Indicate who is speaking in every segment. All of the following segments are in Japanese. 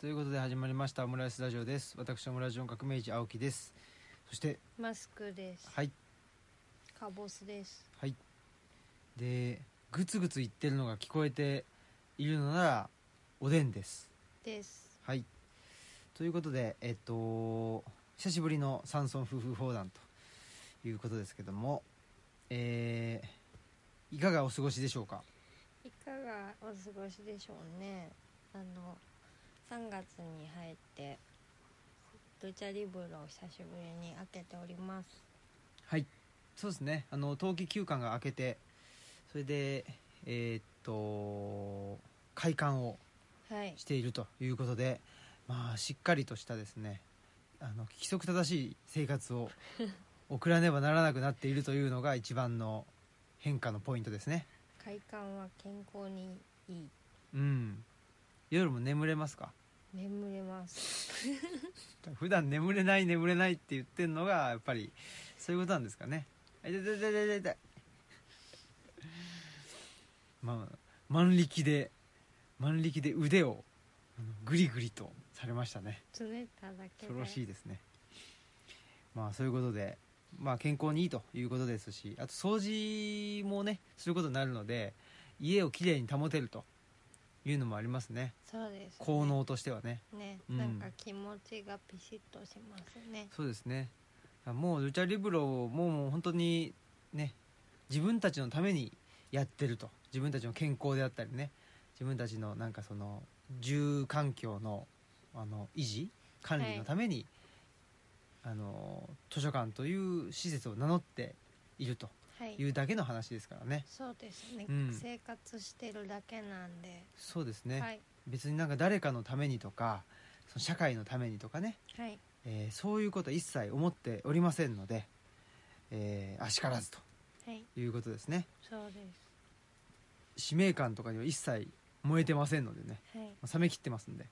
Speaker 1: ということで始まりましたオムライスラジオです私オムライス革命児青木ですそして
Speaker 2: マスクです。
Speaker 1: はい
Speaker 2: カボスです。
Speaker 1: はいでグツグツ言ってるのが聞こえているのならおでんです
Speaker 2: です。
Speaker 1: はいということでえっと久しぶりの山村夫婦砲弾ということですけどもえー、いかがお過ごしでしょうか
Speaker 2: いかがお過ごしでしょうね。あの3月に入ってルチャリブロを久しぶりに開けております。
Speaker 1: はいそうですねあの冬季休館が明けてそれでえーっと開館を
Speaker 2: はい
Speaker 1: し。ているということでまあしっかりとしたですねあの規則正しい生活を送らねばならなくなっているというのが一番の変化のポイントですね
Speaker 2: 快感は健康にいい。
Speaker 1: うん夜も眠れますか
Speaker 2: 眠れます。
Speaker 1: 普段眠れない眠れないって言ってんのがやっぱりそういうことなんですかねあ痛い痛い痛い痛い痛い まあ万力で万力で腕をあのグリグリとされましたね
Speaker 2: つねただけ
Speaker 1: 恐ろし
Speaker 2: で。
Speaker 1: いですねまあそういうことでまあ健康にいいということですしあと掃除もねすることになるので家をきれいに保てるというのもありますね
Speaker 2: そうです、ね。
Speaker 1: 効能としてはね
Speaker 2: ね、
Speaker 1: うん
Speaker 2: なんか気持ちがピシッとしますね。
Speaker 1: そうですねもうルチャリブロももう本当にね自分たちのためにやってると自分たちの健康であったりね自分たちのなんかその住環境のあの維持管理のために、あの図書館という施設を名乗っていると
Speaker 2: はい
Speaker 1: い。うだけの話ですからね
Speaker 2: そうですね、
Speaker 1: うん
Speaker 2: 生活してるだけなんで。
Speaker 1: そうですね、
Speaker 2: はい。
Speaker 1: 別になんか誰かのためにとかその社会のためにとかね
Speaker 2: はい。
Speaker 1: えーそういうことは一切思っておりませんので、えー、あしからずと
Speaker 2: はい。
Speaker 1: いうことですね
Speaker 2: そうで
Speaker 1: 使命感とかには一切燃えてませんのでね
Speaker 2: す。はい。
Speaker 1: 冷め切ってますんで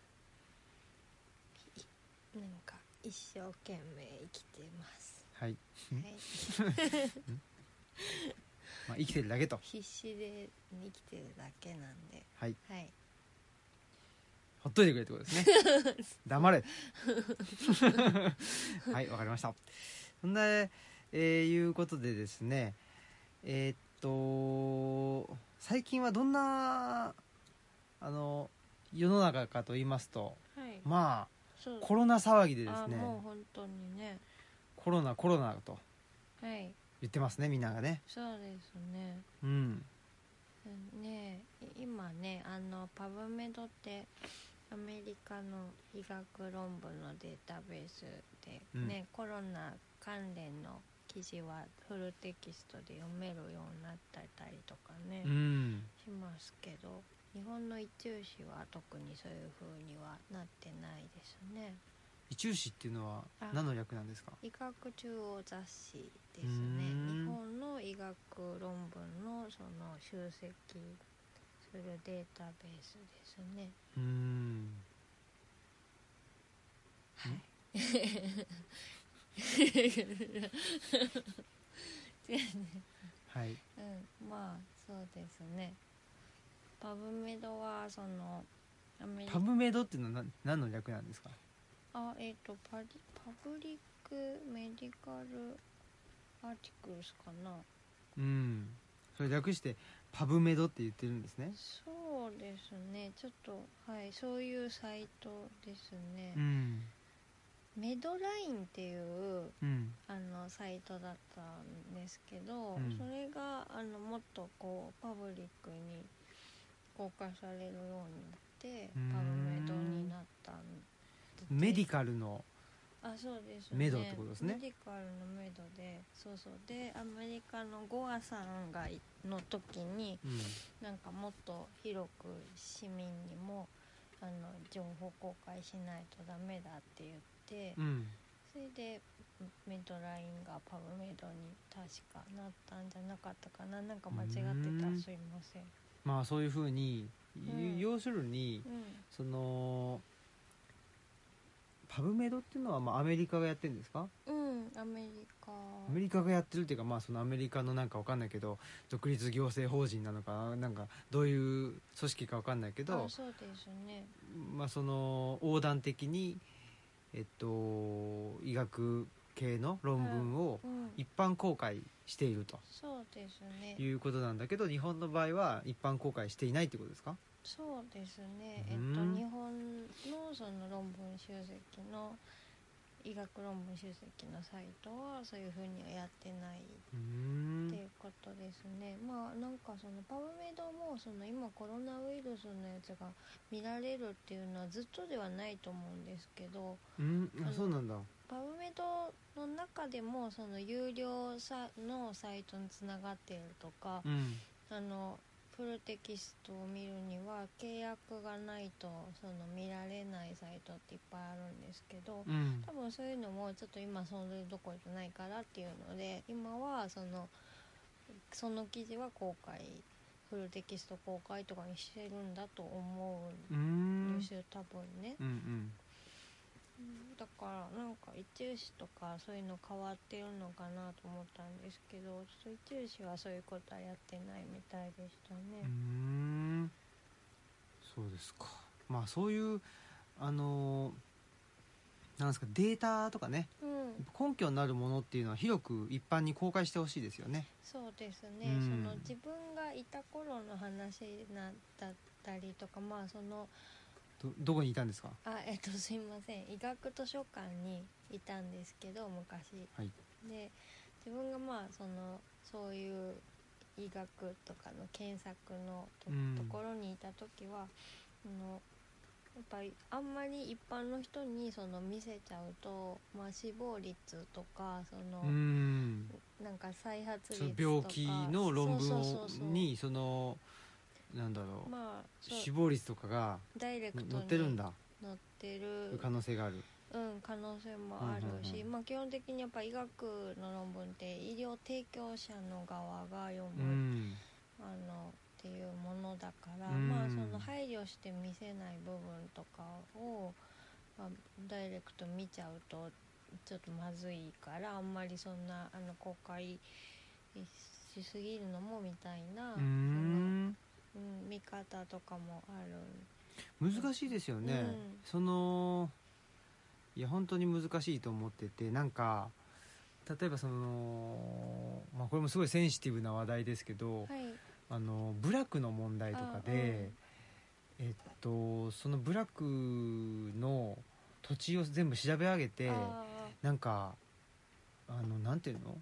Speaker 2: なんか一生懸命生きてます。
Speaker 1: はい、
Speaker 2: は
Speaker 1: ん
Speaker 2: い、
Speaker 1: まあ、生きてるだけと
Speaker 2: 必死で生きてるだけなんで、
Speaker 1: はい
Speaker 2: はい、
Speaker 1: ほっといてくれってことですね 黙れはいわかりましたそんな、えーいうことでですねえーっと最近はどんなあの世の中かと言いますと
Speaker 2: はい、
Speaker 1: まあ
Speaker 2: そう
Speaker 1: コロナ騒ぎでです
Speaker 2: あ
Speaker 1: ね
Speaker 2: もう本当にね、
Speaker 1: コロナコロナと
Speaker 2: はい、
Speaker 1: 言ってますねみんながね
Speaker 2: そうですね。
Speaker 1: うん
Speaker 2: うんねえい今ねあのパブメドってアメリカの医学論文のデータベースで、ねコロナ関連の記事はフルテキストで読めるようになったりとかね、
Speaker 1: うん
Speaker 2: しますけど日本の一中市は特にそういう風にはなってないですね
Speaker 1: 移中市っていうのは
Speaker 2: あ
Speaker 1: 何の略なんですか
Speaker 2: 医学中央雑誌です
Speaker 1: う
Speaker 2: ね
Speaker 1: ーん
Speaker 2: 日本の医学論文のその集積するデータベースですね
Speaker 1: うん
Speaker 2: はい
Speaker 1: はい
Speaker 2: うんまあそうですねパブメドはそのアメリ
Speaker 1: パ
Speaker 2: カ
Speaker 1: ブメドっていうのは何何の略なんですか
Speaker 2: あえっ、とパリパブリックメディカルアーティクルスかな
Speaker 1: うんそれ略してパブメドって言ってるんですね
Speaker 2: そうですねちょっとはいそういうサイトですね
Speaker 1: う、ん
Speaker 2: メドラインっていう
Speaker 1: うん
Speaker 2: あのサイトだったんですけど、
Speaker 1: うん
Speaker 2: それがあのもっとこうパブリックに公開されるようになって
Speaker 1: うーん
Speaker 2: パブメドになったんです
Speaker 1: メディカルの
Speaker 2: あそうです
Speaker 1: メドってことですね
Speaker 2: メディカルのメドでそうそうでアメリカのゴアさんがいの時に
Speaker 1: うん
Speaker 2: なんかもっと広く市民にもあの情報公開しないとダメだって言って、
Speaker 1: うん
Speaker 2: それでメドラインがパブメドに確かなったんじゃなかったかななんか間違って
Speaker 1: うーん
Speaker 2: たすいません。
Speaker 1: まあそういうふうに、
Speaker 2: ん
Speaker 1: 要するに
Speaker 2: うん
Speaker 1: そのパブメドっていうのはまあアメリカがやってるんですか
Speaker 2: うんアメリカ
Speaker 1: アメリカがやってるっていうか、まあ、そのアメリカのなんかわかんないけど独立行政法人なのかなんかどういう組織かわかんないけど
Speaker 2: あそうですね
Speaker 1: まあ、その横断的に、えっと、医学系の論文を
Speaker 2: うん
Speaker 1: 一般公開していると
Speaker 2: そうですね
Speaker 1: いうことなんだけど日本の場合は一般公開していないってことですか
Speaker 2: そうですね、
Speaker 1: うん
Speaker 2: えっと、日本のその論文集積の医学論文集積のサイトはそういうふうにはやってないう
Speaker 1: ー
Speaker 2: って
Speaker 1: ん
Speaker 2: いうことですね、まあなんかそのパブメドもその今コロナウイルスのやつが見られるっていうのはずっとではないと思うんですけど
Speaker 1: うんあそうなんだ
Speaker 2: パブメドの中でもその有料さのサイトにつながっているとか、
Speaker 1: うん
Speaker 2: あのプルテキストを見るには契約がないとその見られないサイトっていっぱいあるんですけど
Speaker 1: うん
Speaker 2: 多分そういうのもちょっと今それどころじゃないからっていうので今はそのその記事は公開フルテキスト公開とかにしてるんだと思
Speaker 1: うー
Speaker 2: うんんですよ多分ね
Speaker 1: うんうん
Speaker 2: だからなんか一中紙とかそういうの変わってるのかなと思ったんですけどちょっと一中紙はそういうことはやってないみたいでしたね。
Speaker 1: うーんそうですかまあそういうあのなんですかデータとかね
Speaker 2: うん、
Speaker 1: 根拠になるものっていうのは広く一般に公開してほしいですよね。
Speaker 2: そうですね、
Speaker 1: うん
Speaker 2: その自分がいた頃の話なだったりとかまあその
Speaker 1: どどこにいたんですか。
Speaker 2: あえっとすいません医学図書館にいたんですけど昔
Speaker 1: はい。
Speaker 2: で自分がまあそのそういう医学とかの検索のと,、
Speaker 1: うん
Speaker 2: ところにいた時はあのやっぱりあんまり一般の人にその見せちゃうと、まあ、死亡率とかその、
Speaker 1: うーん。
Speaker 2: なんか再発率
Speaker 1: その
Speaker 2: とか
Speaker 1: 病気の論文
Speaker 2: そうそ
Speaker 1: を
Speaker 2: うそうそう
Speaker 1: にそのなんだろう、
Speaker 2: まあそう
Speaker 1: 死亡率とかが
Speaker 2: ダイレクトに
Speaker 1: 載ってるんだ
Speaker 2: 載ってる
Speaker 1: 可能性がある。
Speaker 2: うん、可能性もあるし、
Speaker 1: うんうんうん
Speaker 2: まあ、基本的にやっぱ医学の論文って医療提供者の側が読
Speaker 1: う
Speaker 2: む、
Speaker 1: ん。
Speaker 2: あのっていうものだから、
Speaker 1: うん
Speaker 2: まあ、その配慮して見せない部分とかを、まあ、ダイレクト見ちゃうとちょっとまずいからあんまりそんなあの公開しすぎるのもみたいな、
Speaker 1: うーん。
Speaker 2: そのうん、見方とかもある
Speaker 1: 難しいですよね、
Speaker 2: うん
Speaker 1: そのいや本当に難しいと思っててなんか例えばその、まあ、これもすごいセンシティブな話題ですけど、
Speaker 2: はい
Speaker 1: あの部落の問題とかで、えっと、その部落の土地を全部調べ上げて
Speaker 2: あ
Speaker 1: なんかあのなんていうの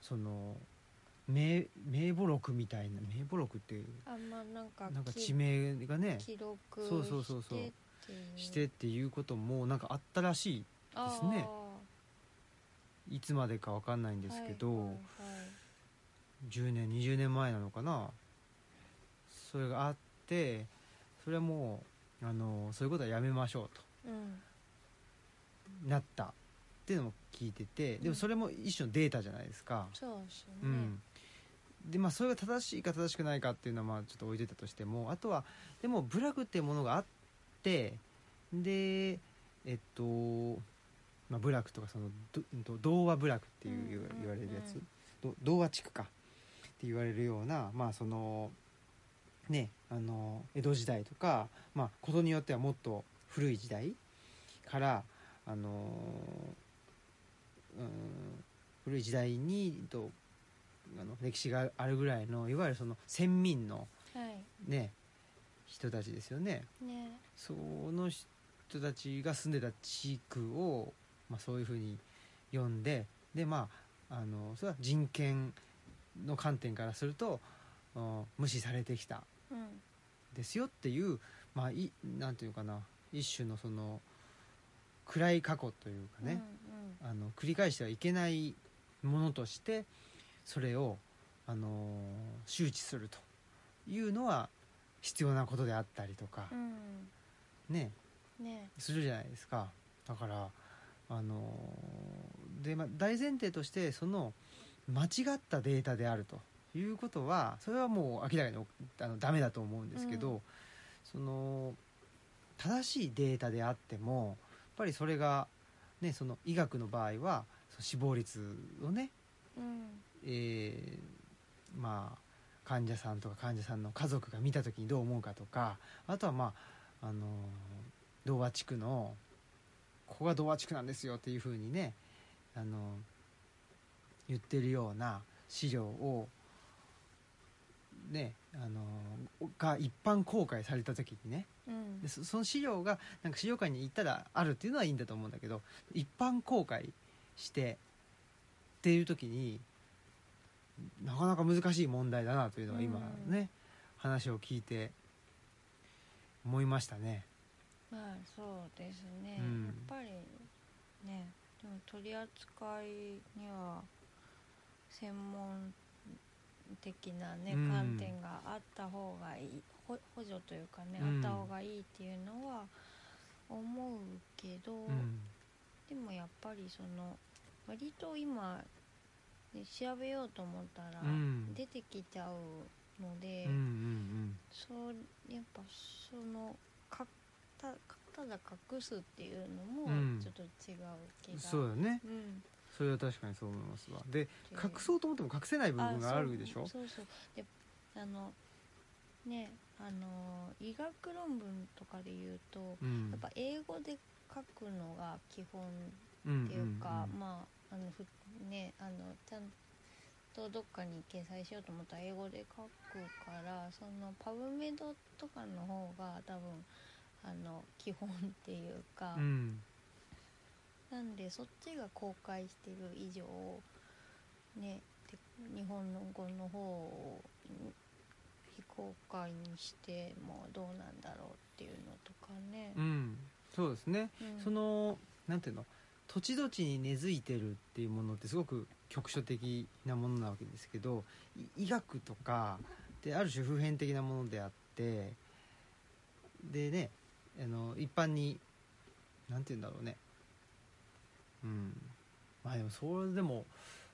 Speaker 1: その名名簿録みたいな名簿録っていう
Speaker 2: ーあまあなんか
Speaker 1: なんか
Speaker 2: き
Speaker 1: 地名がね
Speaker 2: 記録
Speaker 1: そうそうそうそうしてっていうこともなんかあったらしですねいいつまでかわかんないんですけど、10年20年前なのかなそれがあってそれはもうあのそういうことはやめましょうとなったっていうのも聞いててでもそれも一種のデータじゃないですか。
Speaker 2: そうですね、
Speaker 1: うんでまあ、それが正しいか正しくないかっていうのはまあちょっと置いてたとしてもあとはでも部落っていうものがあってでえっと、まあ、部落とかそのどうんと童話部落っていう言わ
Speaker 2: うんうんうん
Speaker 1: 言われるやつ、ど童話地区かって言われるようなまあそのねあの江戸時代とか、まあ、ことによってはもっと古い時代からあのーうーん古い時代にとあの歴史があるぐらいのいわゆるその先民の
Speaker 2: はい
Speaker 1: ね人たちですよね
Speaker 2: ね
Speaker 1: その人たちが住んでた地区を、まあ、そういうふうに呼んででまああのそれは人権の観点からすると、うん無視されてきた
Speaker 2: うん
Speaker 1: ですよっていうまあいなんていうかな一種のその暗い過去というかね、あの繰り返してはいけないものとしてそれを、あのー周知するというのは必要なことであったりとか
Speaker 2: うん、うん
Speaker 1: ね
Speaker 2: うんね
Speaker 1: するじゃないですかだから、あのーでまあ、大前提としてその間違ったデータであるということはそれはもう明らかにあのダメだと思うんですけど、
Speaker 2: う
Speaker 1: その正しいデータであってもぱりそれが、ね、その医学の場合はその死亡率をね、
Speaker 2: うん
Speaker 1: えーまあ、患者さんとか患者さんの家族が見た時にどう思うかとかあとはまあ、あのー童話地区のここが童話地区なんですよっていうふうにね、あのー言ってるような資料を、ねあのーが一般公開された時にね
Speaker 2: うん
Speaker 1: でそその資料がなんか資料館に行ったらあるっていうのはいいんだと思うんだけど一般公開してっていう時になかなか難しい問題だなというのは今
Speaker 2: うん
Speaker 1: ね、話を聞いて思いましたね。
Speaker 2: まあそうですね、
Speaker 1: うん
Speaker 2: やっぱりねでも取り扱いには専門的なね、
Speaker 1: うん
Speaker 2: 観点があった方がいいほ補助というかね、
Speaker 1: うん
Speaker 2: あった方がいいっていうのは思うけど、
Speaker 1: うん
Speaker 2: でもやっぱりその割と今、ね、調べようと思ったら
Speaker 1: うん
Speaker 2: 出てきちゃうので。
Speaker 1: うんうん
Speaker 2: そうやっぱそのかたただ隠すっていうの
Speaker 1: うん
Speaker 2: もちょっと違う気
Speaker 1: うん、
Speaker 2: が、
Speaker 1: そうだよね
Speaker 2: うん
Speaker 1: それは確かにそう思いますわで
Speaker 2: で
Speaker 1: 隠そうと思っても隠せない部分があるでしょ
Speaker 2: そうそうそうであのねあの医学論文とかで言うと
Speaker 1: うん
Speaker 2: やっぱ英語で書くのが基本
Speaker 1: うん
Speaker 2: っていうか、
Speaker 1: ん
Speaker 2: まああのふねあのちゃんとどっかに掲載しようと思ったら英語で書くからそのパブメドとかの方が多分あの基本っていうか、
Speaker 1: うん
Speaker 2: なんでそっちが公開してる以上ねで日本の語の方をん非公開にしてもどうなんだろうっていうのとかね
Speaker 1: う。ん、そうですね
Speaker 2: うん
Speaker 1: そのなんていうの土地土地に根付いてるっていうものってすごく局所的なものなわけですけどい医学とかである種普遍的なものであってでねあの一般になんていうんだろうねうんまあでもそれでも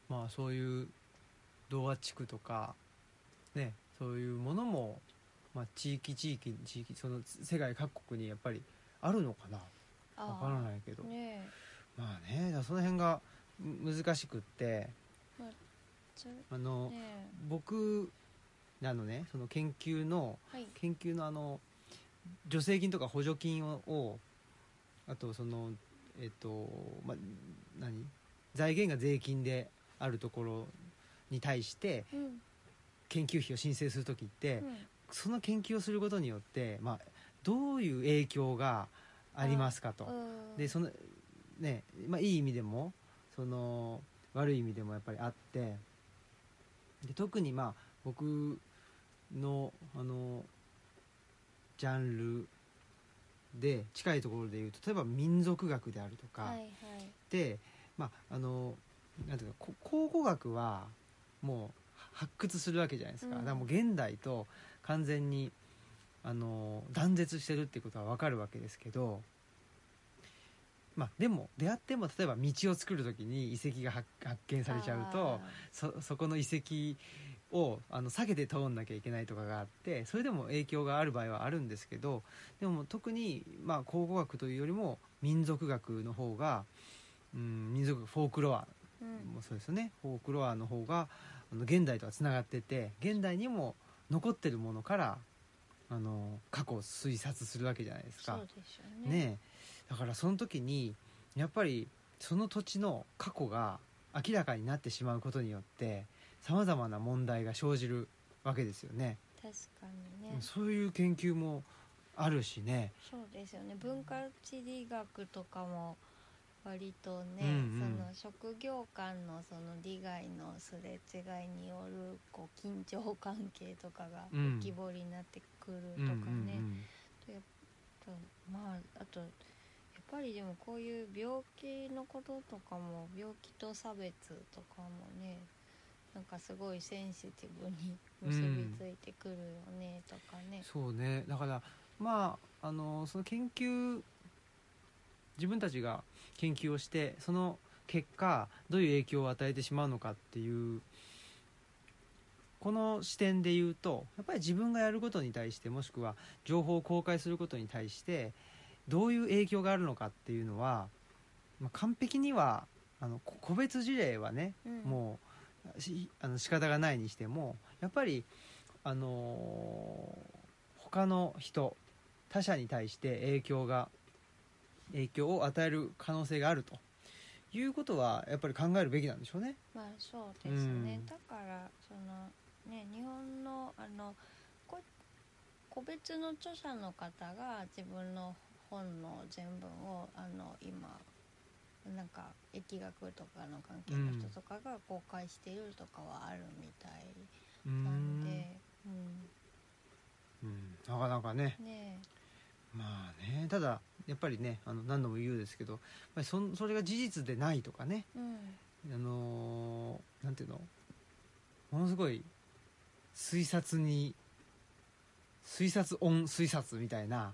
Speaker 1: まあそういう童話地区とかねそういうものも、まあ、地域地域地域その世界各国にやっぱりあるのかな
Speaker 2: あ
Speaker 1: わからないけど
Speaker 2: ねえ
Speaker 1: まあねだからその辺がむ難しくって
Speaker 2: そ
Speaker 1: あの、
Speaker 2: ねえ
Speaker 1: 僕あのねその研究の
Speaker 2: はい
Speaker 1: 研究のあの助成金とか補助金ををあとそのえっとまあ何財源が税金であるところに対して
Speaker 2: うん
Speaker 1: 研究費を申請する時って、
Speaker 2: うん
Speaker 1: その研究をすることによって、まあ、どういう影響がありますかと。
Speaker 2: うん
Speaker 1: でそのねまあいい意味でもその悪い意味でもやっぱりあってで特にまあ僕のあのジャンルで近いところで言うと例えば民族学であるとか、
Speaker 2: はいはい
Speaker 1: でまああのなんていうかこ考古学はもう発掘するわけじゃないですか、
Speaker 2: うん
Speaker 1: だからもう現代と完全にあの断絶してるってことはわかるわけですけど、まあ、でも出会っても例えば道を作る時に遺跡が発発見されちゃうとそそこの遺跡をあの避けて通んなきゃいけないとかがあってそれでも影響がある場合はあるんですけどでも特に、まあ、考古学というよりも民族学の方が、うん、民族フォークロア
Speaker 2: あーうん
Speaker 1: もそうですよね、フォークロアの方があの現代とはつながってて現代にも残ってるものからあの過去を推察するわけじゃないです
Speaker 2: そ
Speaker 1: か
Speaker 2: う。ですよね
Speaker 1: ねえだからその時にやっぱりその土地の過去が明らかになってしまうことによってさまざまな問題が生じるわけですよね
Speaker 2: 確かにね
Speaker 1: そういう研究もあるしね
Speaker 2: そうですよね文化地理学とかも割とね、
Speaker 1: うんうん
Speaker 2: その職業間のその利害のすれ違いによるこう緊張関係とかが
Speaker 1: うん
Speaker 2: 浮き彫りになってくると
Speaker 1: うん
Speaker 2: か
Speaker 1: う
Speaker 2: ね、
Speaker 1: ん
Speaker 2: とまああとやっぱりでもこういう病気のこととかも病気と差別とかもねなんかすごいセンシティブに結びついてくるよねとか
Speaker 1: うん
Speaker 2: ね、
Speaker 1: そうねだからまああのその研究自分たちが研究をしてその結果どういう影響を与えてしまうのかっていうこの視点で言うとやっぱり自分がやることに対してもしくは情報を公開することに対してどういう影響があるのかっていうのは、まあ、完璧にはあのこ個別事例はね
Speaker 2: うん
Speaker 1: もうしあの仕方がないにしてもやっぱりあのー他の人他者に対して影響が影響を与える可能性があるということはやっぱり考えるべきなんでしょうね。
Speaker 2: まあそうですね、
Speaker 1: うん
Speaker 2: だからそのね日本のあのこ個別の著者の方が自分の本の全文をあの今なんか疫学とかの関係の人とかが公開しているとかはあるみたいうなん
Speaker 1: ん
Speaker 2: で、うん
Speaker 1: うんなかなかね
Speaker 2: ね
Speaker 1: まあねただやっぱりねあの何度も言うですけどやっぱりそんそれが事実でないとかね
Speaker 2: え、うん、
Speaker 1: あのーなんていうのものすごい推察に推察オン推察みたいな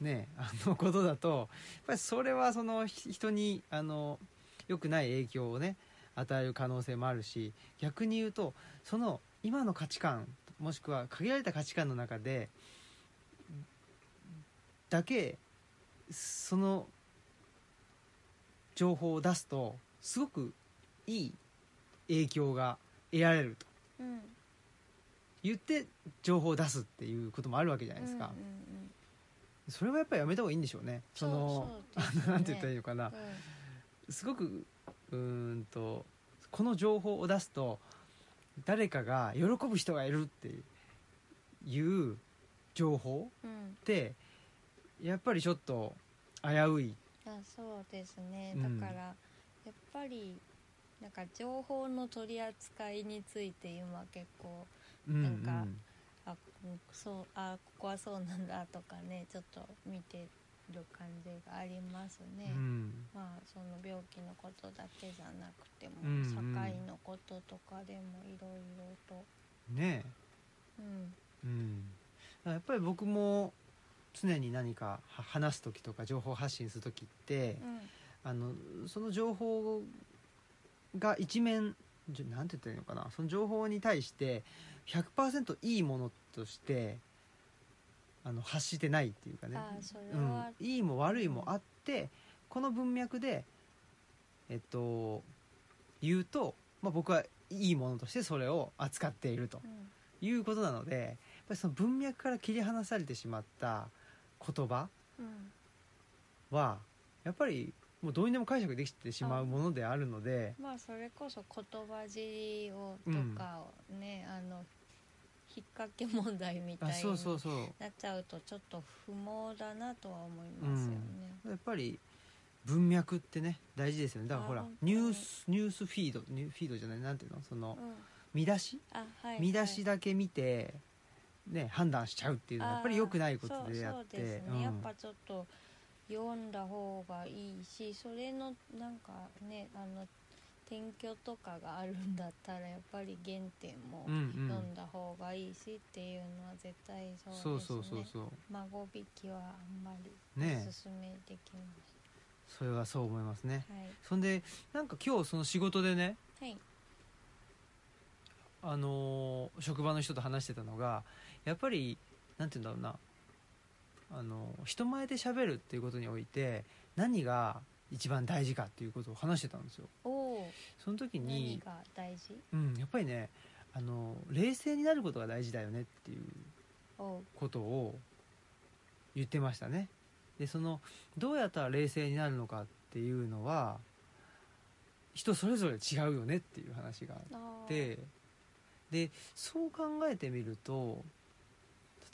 Speaker 2: うん
Speaker 1: ねあの ことだとやっぱりそれはそのひ人にあの良くない影響をね与える可能性もあるし逆に言うとその今の価値観もしくは限られた価値観の中でだけその情報を出すとすごくいい影響が得られると
Speaker 2: うん、
Speaker 1: 言って情報を出すっていうこともあるわけじゃないですか、
Speaker 2: うんうんうん
Speaker 1: それはやっぱりやめた方がいいんでしょうねその
Speaker 2: そうそうです ね
Speaker 1: なんて言ったらいいのかな
Speaker 2: うん
Speaker 1: すごくうーんとこの情報を出すと誰かが喜ぶ人がいるっていう情報
Speaker 2: うん
Speaker 1: ってやっぱりちょっと危うい、
Speaker 2: あそうですね、
Speaker 1: うん
Speaker 2: だからやっぱりなんか情報の取り扱いについて今結構
Speaker 1: うん
Speaker 2: なんかあうんそうあここはそうなんだとかねちょっと見てる感じがあります
Speaker 1: う
Speaker 2: ね、
Speaker 1: んうん
Speaker 2: まあその病気のことだけじゃなくても、
Speaker 1: うんうん
Speaker 2: 社会のこととかでもいろいろと、
Speaker 1: ねえ
Speaker 2: うん、
Speaker 1: うん、やっぱり僕も常に何かは話す時とか情報発信する時って、
Speaker 2: うん
Speaker 1: あのその情報が一面じゃなんて言ったらいいのかなその情報に対して100%いいものとしてあの発してないっていうかね
Speaker 2: あーそれ
Speaker 1: う
Speaker 2: は、
Speaker 1: ん、いいも悪いもあってこの文脈でえっと言うと、まあ、僕はいいものとしてそれを扱っていると
Speaker 2: うん
Speaker 1: いうことなのでやっぱりその文脈から切り離されてしまった言葉
Speaker 2: うん
Speaker 1: はやっぱりもうどうにでも解釈できてしまうものであるので
Speaker 2: まあそれこそ言葉尻をとかをね、あの引っ掛け問題みた
Speaker 1: あ
Speaker 2: いに
Speaker 1: そうそうそう
Speaker 2: なっちゃうとちょっと不毛だなとは思いますよね。
Speaker 1: やっぱり文脈ってね大事ですよねだからほ
Speaker 2: あ
Speaker 1: ら
Speaker 2: 本当
Speaker 1: ニ
Speaker 2: に
Speaker 1: ュースニュースフィードニューフィードじゃないなんていうのその
Speaker 2: うん
Speaker 1: 見出し、
Speaker 2: あはい、
Speaker 1: 見出しだけ見て、ね、判断しちゃうっていうのはやっぱり良くないこと
Speaker 2: あー
Speaker 1: であ
Speaker 2: そう
Speaker 1: っ
Speaker 2: そうで
Speaker 1: て
Speaker 2: すね、やっぱちょっと読んだ方がいいしそれのなんかねあの転居とかがあるんだったらやっぱり原点も
Speaker 1: うんうん
Speaker 2: 読んだ方がいいしっていうのは絶対そうですね。
Speaker 1: そうそうそうそう
Speaker 2: 孫引きはあんまりお
Speaker 1: ねえ
Speaker 2: すすめできま
Speaker 1: それはそう思いますね
Speaker 2: せん、
Speaker 1: そんでなんか今日その仕事でね
Speaker 2: はいはい
Speaker 1: あのー職場の人と話してたのがやっぱりなんて言うんだろうな、あのー人前で喋るっていうことにおいて何が一番大事かっていうことを話してたんですよ
Speaker 2: おお
Speaker 1: その時
Speaker 2: 何
Speaker 1: に、
Speaker 2: が大事
Speaker 1: うん、やっぱりね、あのー冷静になることが大事だよねっていう
Speaker 2: おう
Speaker 1: ことを言ってましたねでそのどうやったら冷静になるのかっていうのは人それぞれ違うよねっていう話が
Speaker 2: あー
Speaker 1: ででそう考えてみると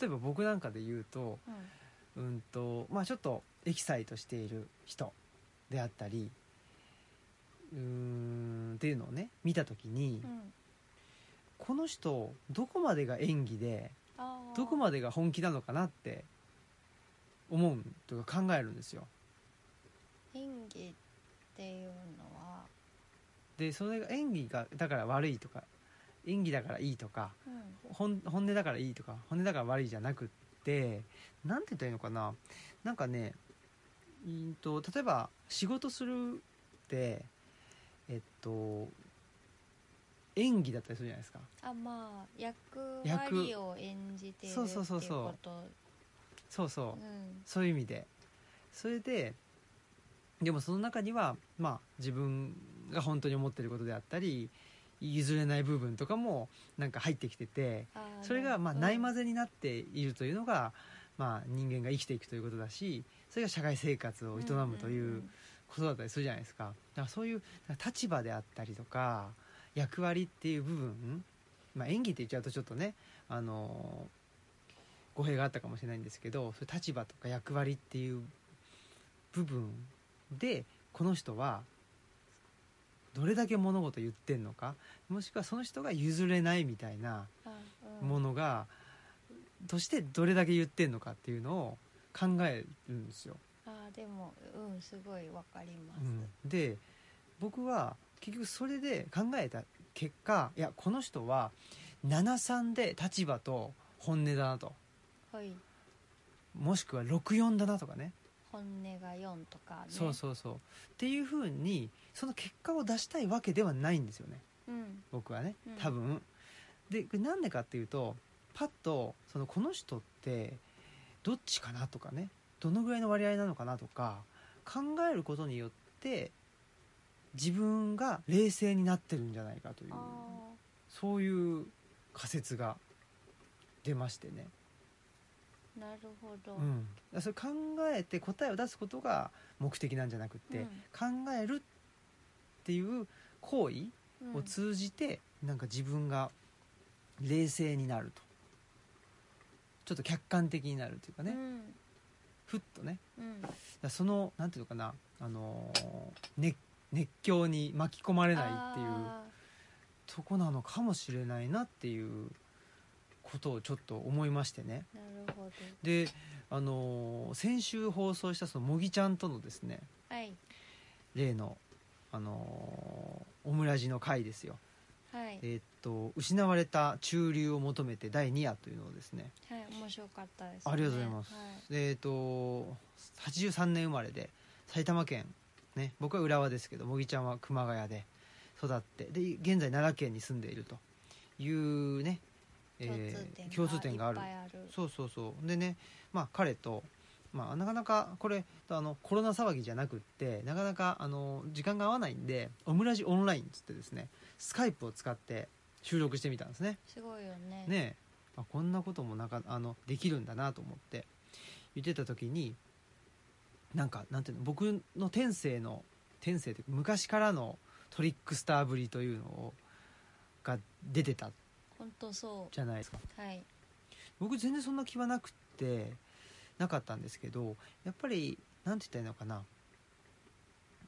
Speaker 1: 例えば僕なんかで言うと,、
Speaker 2: うん
Speaker 1: うんとまあ、ちょっとエキサイトしている人であったりうーんっていうのをね見た時に、
Speaker 2: うん
Speaker 1: この人どこまでが演技で
Speaker 2: あー
Speaker 1: どこまでが本気なのかなって思うとか考えるんですよ。
Speaker 2: 演技っていうのは、
Speaker 1: でそれが演技がだから悪いとか演技だからいいとか
Speaker 2: うん
Speaker 1: 本本音だからいいとか本音だから悪いじゃなくってなんて言ったらいいのかななんかねうーんと例えば仕事するってえっと演技だったりするじゃないですか
Speaker 2: あまあ役
Speaker 1: 役
Speaker 2: 割を演じているって
Speaker 1: そ
Speaker 2: いうう
Speaker 1: そうそうそう
Speaker 2: こと
Speaker 1: そうそう
Speaker 2: うん
Speaker 1: そういう意味でそれででもその中には、まあ、自分が本当に思ってることであったり譲れない部分とかもなんか入ってきてて
Speaker 2: あー
Speaker 1: それがまあ
Speaker 2: うん
Speaker 1: ないまぜになっているというのが、まあ、人間が生きていくということだしそれが社会生活を営むと
Speaker 2: ん
Speaker 1: い
Speaker 2: ん
Speaker 1: うことだったりするじゃないですかだからそういうなんか立場であったりとか役割っていう部分、まあ、演技って言っちゃうとちょっとねあの語弊があったかもしれないんですけどそういう立場とか役割っていう部分でこの人はどれだけ物事言ってんのかもしくはその人が譲れないみたいな
Speaker 2: うんあうん
Speaker 1: ものが、としてどれだけ言ってんのかっていうのを考えるんですよ。
Speaker 2: あーでもうんすごいわかります、
Speaker 1: うんで僕は結局それで考えた結果いやこの人は73で立場と本音だなと
Speaker 2: はい
Speaker 1: もしくは64だなとかね
Speaker 2: 本音が4とかね
Speaker 1: そうそうそうっていうふうにその結果を出したいわけではないんですよね
Speaker 2: う、うん、
Speaker 1: 僕はね
Speaker 2: うん
Speaker 1: 多分、でこれなんでかっていうとパッとそのこの人ってどっちかなとかねどのぐらいの割合なのかなとか考えることによって自分が冷静になってるんじゃないかという
Speaker 2: あ
Speaker 1: そういう仮説が出ましてね、
Speaker 2: ーなるほど、
Speaker 1: うん、だからそれ考えて答えを出すことが目的なんじゃなくって、考えるっていう行為
Speaker 2: うんうん
Speaker 1: を通じてなんか自分が冷静になるとちょっと客観的になるというかね、
Speaker 2: うん
Speaker 1: ふっとね
Speaker 2: うん
Speaker 1: だからそのなんていうのかな、あのー熱熱狂に巻き込まれないっていう
Speaker 2: あ
Speaker 1: とこなのかもしれないなっていうことをちょっと思いましてね
Speaker 2: ーなるほ
Speaker 1: で、あのー先週放送したその茂木ちゃんとのですね
Speaker 2: どはい
Speaker 1: 例の、あのーオムラジの回ですよ
Speaker 2: はい
Speaker 1: えーっと「失われた中流を求めて第2夜」というのをですね
Speaker 2: はい面白かったです、ね、
Speaker 1: ありがとうございます
Speaker 2: は
Speaker 1: えーっと83年生まれで埼玉県、ね、僕は浦和ですけど茂木ちゃんは熊谷で育ってで現在奈良県に住んでいるというね、
Speaker 2: い、
Speaker 1: えー共
Speaker 2: 共通
Speaker 1: 通
Speaker 2: 点
Speaker 1: 点
Speaker 2: が
Speaker 1: が
Speaker 2: い
Speaker 1: あ
Speaker 2: っ
Speaker 1: る
Speaker 2: ぱいある
Speaker 1: そうそうそうでねまあ彼と、まあ、なかなかこれあのコロナ騒ぎじゃなくってなかなかあの時間が合わないんでオムラジオンラインっつってですねスカイプを使って収録してみたんですね
Speaker 2: すごいよ
Speaker 1: ね
Speaker 2: ね
Speaker 1: えあこんなこともなんかあのできるんだなと思って言ってた時になんかなんていうの僕の天性の天性というか昔からのトリックスターぶりというのをが出てた
Speaker 2: 本当そ
Speaker 1: じゃないですか
Speaker 2: うはい
Speaker 1: 僕全然そんな気はなくってなかったんですけどやっぱりなんて言ったらいいのかな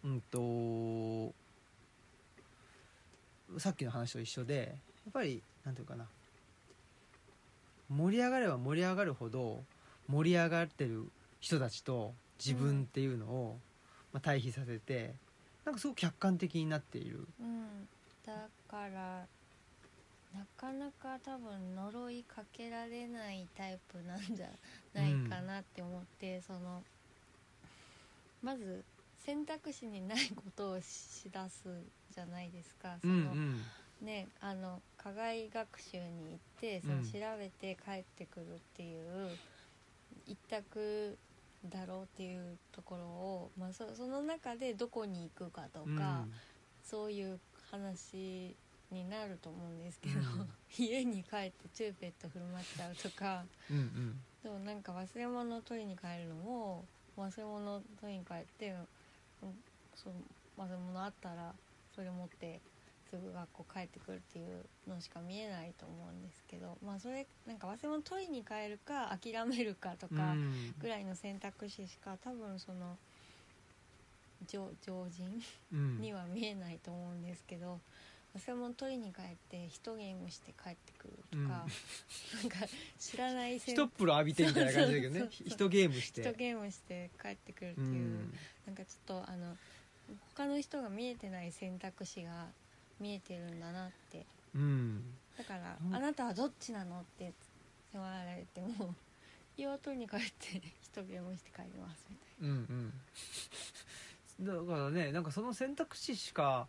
Speaker 1: うんとさっきの話と一緒でやっぱりなんていうかな盛り上がれば盛り上がるほど盛り上がってる人たちと自分っていうのを、まあ、対比させてなんかすごく客観的になっている
Speaker 2: うんだからなかなか多分呪いかけられないタイプなんじゃないかなって思って、そのまず選択肢にないことをしだすじゃないですかそ
Speaker 1: うん
Speaker 2: の、
Speaker 1: うん
Speaker 2: ねあの課外学習に行ってその
Speaker 1: うん
Speaker 2: 調べて帰ってくるっていう、一択だろうっていうところを、まあ、そその中でどこに行くかとか。
Speaker 1: うん
Speaker 2: そういう話になると思うんですけ
Speaker 1: う
Speaker 2: ど、
Speaker 1: ん
Speaker 2: 家に帰ってチューペット振る舞っちゃうとか
Speaker 1: うんうん
Speaker 2: でもなんか忘れ物を取りに帰るのも忘れ物を取りに帰ってうんその忘れ物あったらそれ持ってすぐ学校帰ってくるっていうのしか見えないと思うんですけどまあそれなんか忘れ物取りに帰るか諦めるかと
Speaker 1: う
Speaker 2: か
Speaker 1: ん
Speaker 2: ぐらいの選択肢しか多分その常常人
Speaker 1: うん
Speaker 2: には見えないと思うんですけど忘れ物取りに帰って一ゲームして帰ってくるとか、
Speaker 1: うん
Speaker 2: なんか知らない 選
Speaker 1: 一風呂浴びてみたいな感じだけどね
Speaker 2: そうそうそう
Speaker 1: 一ゲームして
Speaker 2: 一ゲームして帰ってくるって
Speaker 1: う
Speaker 2: いう、
Speaker 1: ん
Speaker 2: なんかちょっとあの他の人が見えてない選択肢が見えてるんだなって
Speaker 1: うん
Speaker 2: だから、
Speaker 1: うん
Speaker 2: あなたはどっちなの?」って迫られても 「岩取りに帰って一ゲームして帰ります」みたい
Speaker 1: うんうんだからねなんかその選択肢しか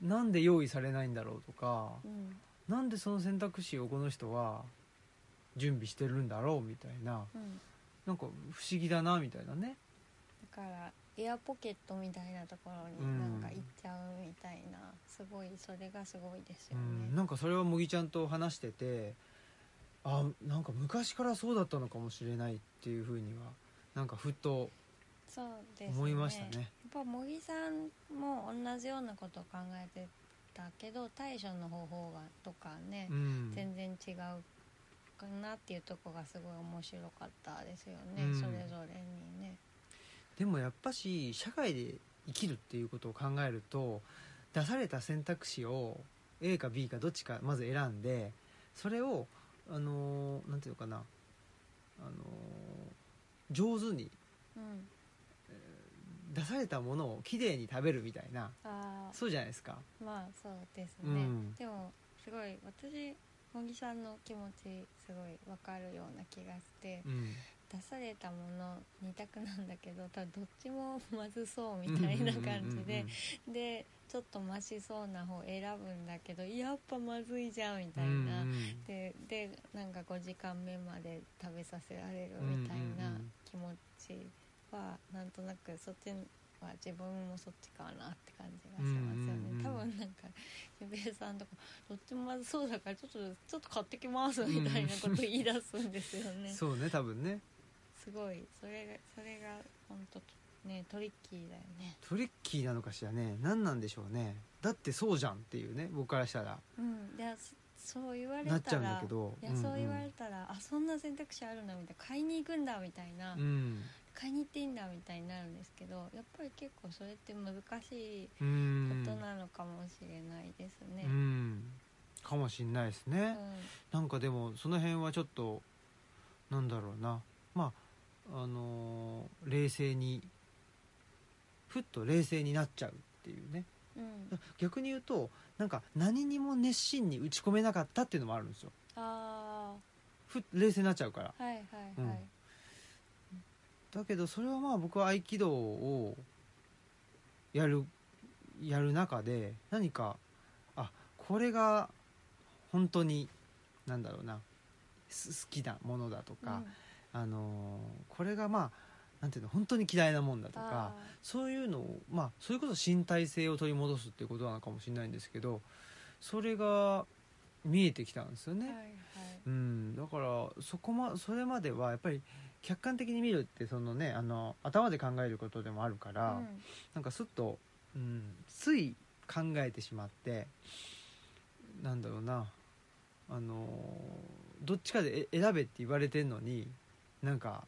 Speaker 1: なんで用意されないんだろうとか
Speaker 2: な。うん
Speaker 1: なんでその選択肢をこの人は準備してるんだろうみたいな
Speaker 2: うん
Speaker 1: なんか不思議だなみたいなね
Speaker 2: からエアポケットみたいなところになんか行っちゃうみたいな、すごいそれがすごいですよ
Speaker 1: うん、
Speaker 2: ね。
Speaker 1: なんかそれは麦ちゃんと話しててあなんか昔からそうだったのかもしれないっていうふうにはなんかふと
Speaker 2: そうですね
Speaker 1: 思いましたね
Speaker 2: やっぱ茂木さんも同じようなことを考えてたけど対処の方法がとかね
Speaker 1: う、ん
Speaker 2: 全然違うかなっていうとこがすごい面白かったですよね、
Speaker 1: うん
Speaker 2: それぞれにね。
Speaker 1: でもやっぱし社会で生きるっていうことを考えると出された選択肢を A か B かどっちかまず選んでそれをあのーなんていうのかなあのー上手に
Speaker 2: うん、
Speaker 1: 出されたものをきれいに食べるみたいな
Speaker 2: あー
Speaker 1: そうじゃないですか。
Speaker 2: まあそうです
Speaker 1: う
Speaker 2: ね、
Speaker 1: ん
Speaker 2: でもすごい私茂木さんの気持ちすごい分かるような気がして。
Speaker 1: うん
Speaker 2: 出されたもの2択なんだけど多分どっちもまずそうみたいな感じで、でちょっとマシそうな方選ぶんだけどやっぱまずいじゃんみたいな、
Speaker 1: うんうん
Speaker 2: ででなんか5時間目まで食べさせられるみたい
Speaker 1: うんうん
Speaker 2: な
Speaker 1: うん
Speaker 2: 気持ちはなんとなくそっちは自分もそっちかなって感じがしますよね、
Speaker 1: うんうんうん
Speaker 2: 多分なんかゆべえさんとかどっちもまずそうだからちょっとちょっと買ってきますみたいなこと言い出すんですよね。
Speaker 1: そうね多分ね
Speaker 2: すごいそれがそれが本当ねトリッキーだよね
Speaker 1: トリッキーなのかしらね何なんでしょうねだってそうじゃんっていうね僕からしたら
Speaker 2: うんでそそう言われたら
Speaker 1: なっちゃうんだけど
Speaker 2: いやそう言われたら、あそんな選択肢あるんだみたいな買いに行くんだみたいな、
Speaker 1: うん
Speaker 2: 買いに行っていいんだみたいになるんですけどやっぱり結構それって難しい
Speaker 1: うんう
Speaker 2: こ
Speaker 1: ん
Speaker 2: となのかもしれないですね
Speaker 1: う、んかもしんないですね、なんかでもその辺はちょっとなんだろうなまああのー冷静にふっと冷静になっちゃうっていうね
Speaker 2: うん、うん、
Speaker 1: 逆に言うとなんか何にも熱心に打ち込めなかったっていうのもあるんですよ
Speaker 2: あ
Speaker 1: ふっ冷静になっちゃうから
Speaker 2: あはいはいはい、
Speaker 1: うんだけどそれはまあ僕は合気道をやるやる中で何かあこれが本当になんだろうなす好きなものだとか、あのーこれがまあなんていうの本当に嫌いなもんだとかそういうのをまあそれこそ身体性を取り戻すっていうことなのかもしれないんですけどそれが見えてきたんですよ
Speaker 2: う
Speaker 1: ね。
Speaker 2: ん、はいはい
Speaker 1: うん、だからそこ、ま、それまではやっぱり客観的に見るってその、ね、あの頭で考えることでもあるから、
Speaker 2: うん
Speaker 1: なんかすっと、うん、つい考えてしまってなんだろうなあのどっちかでえ選べって言われてんのになんか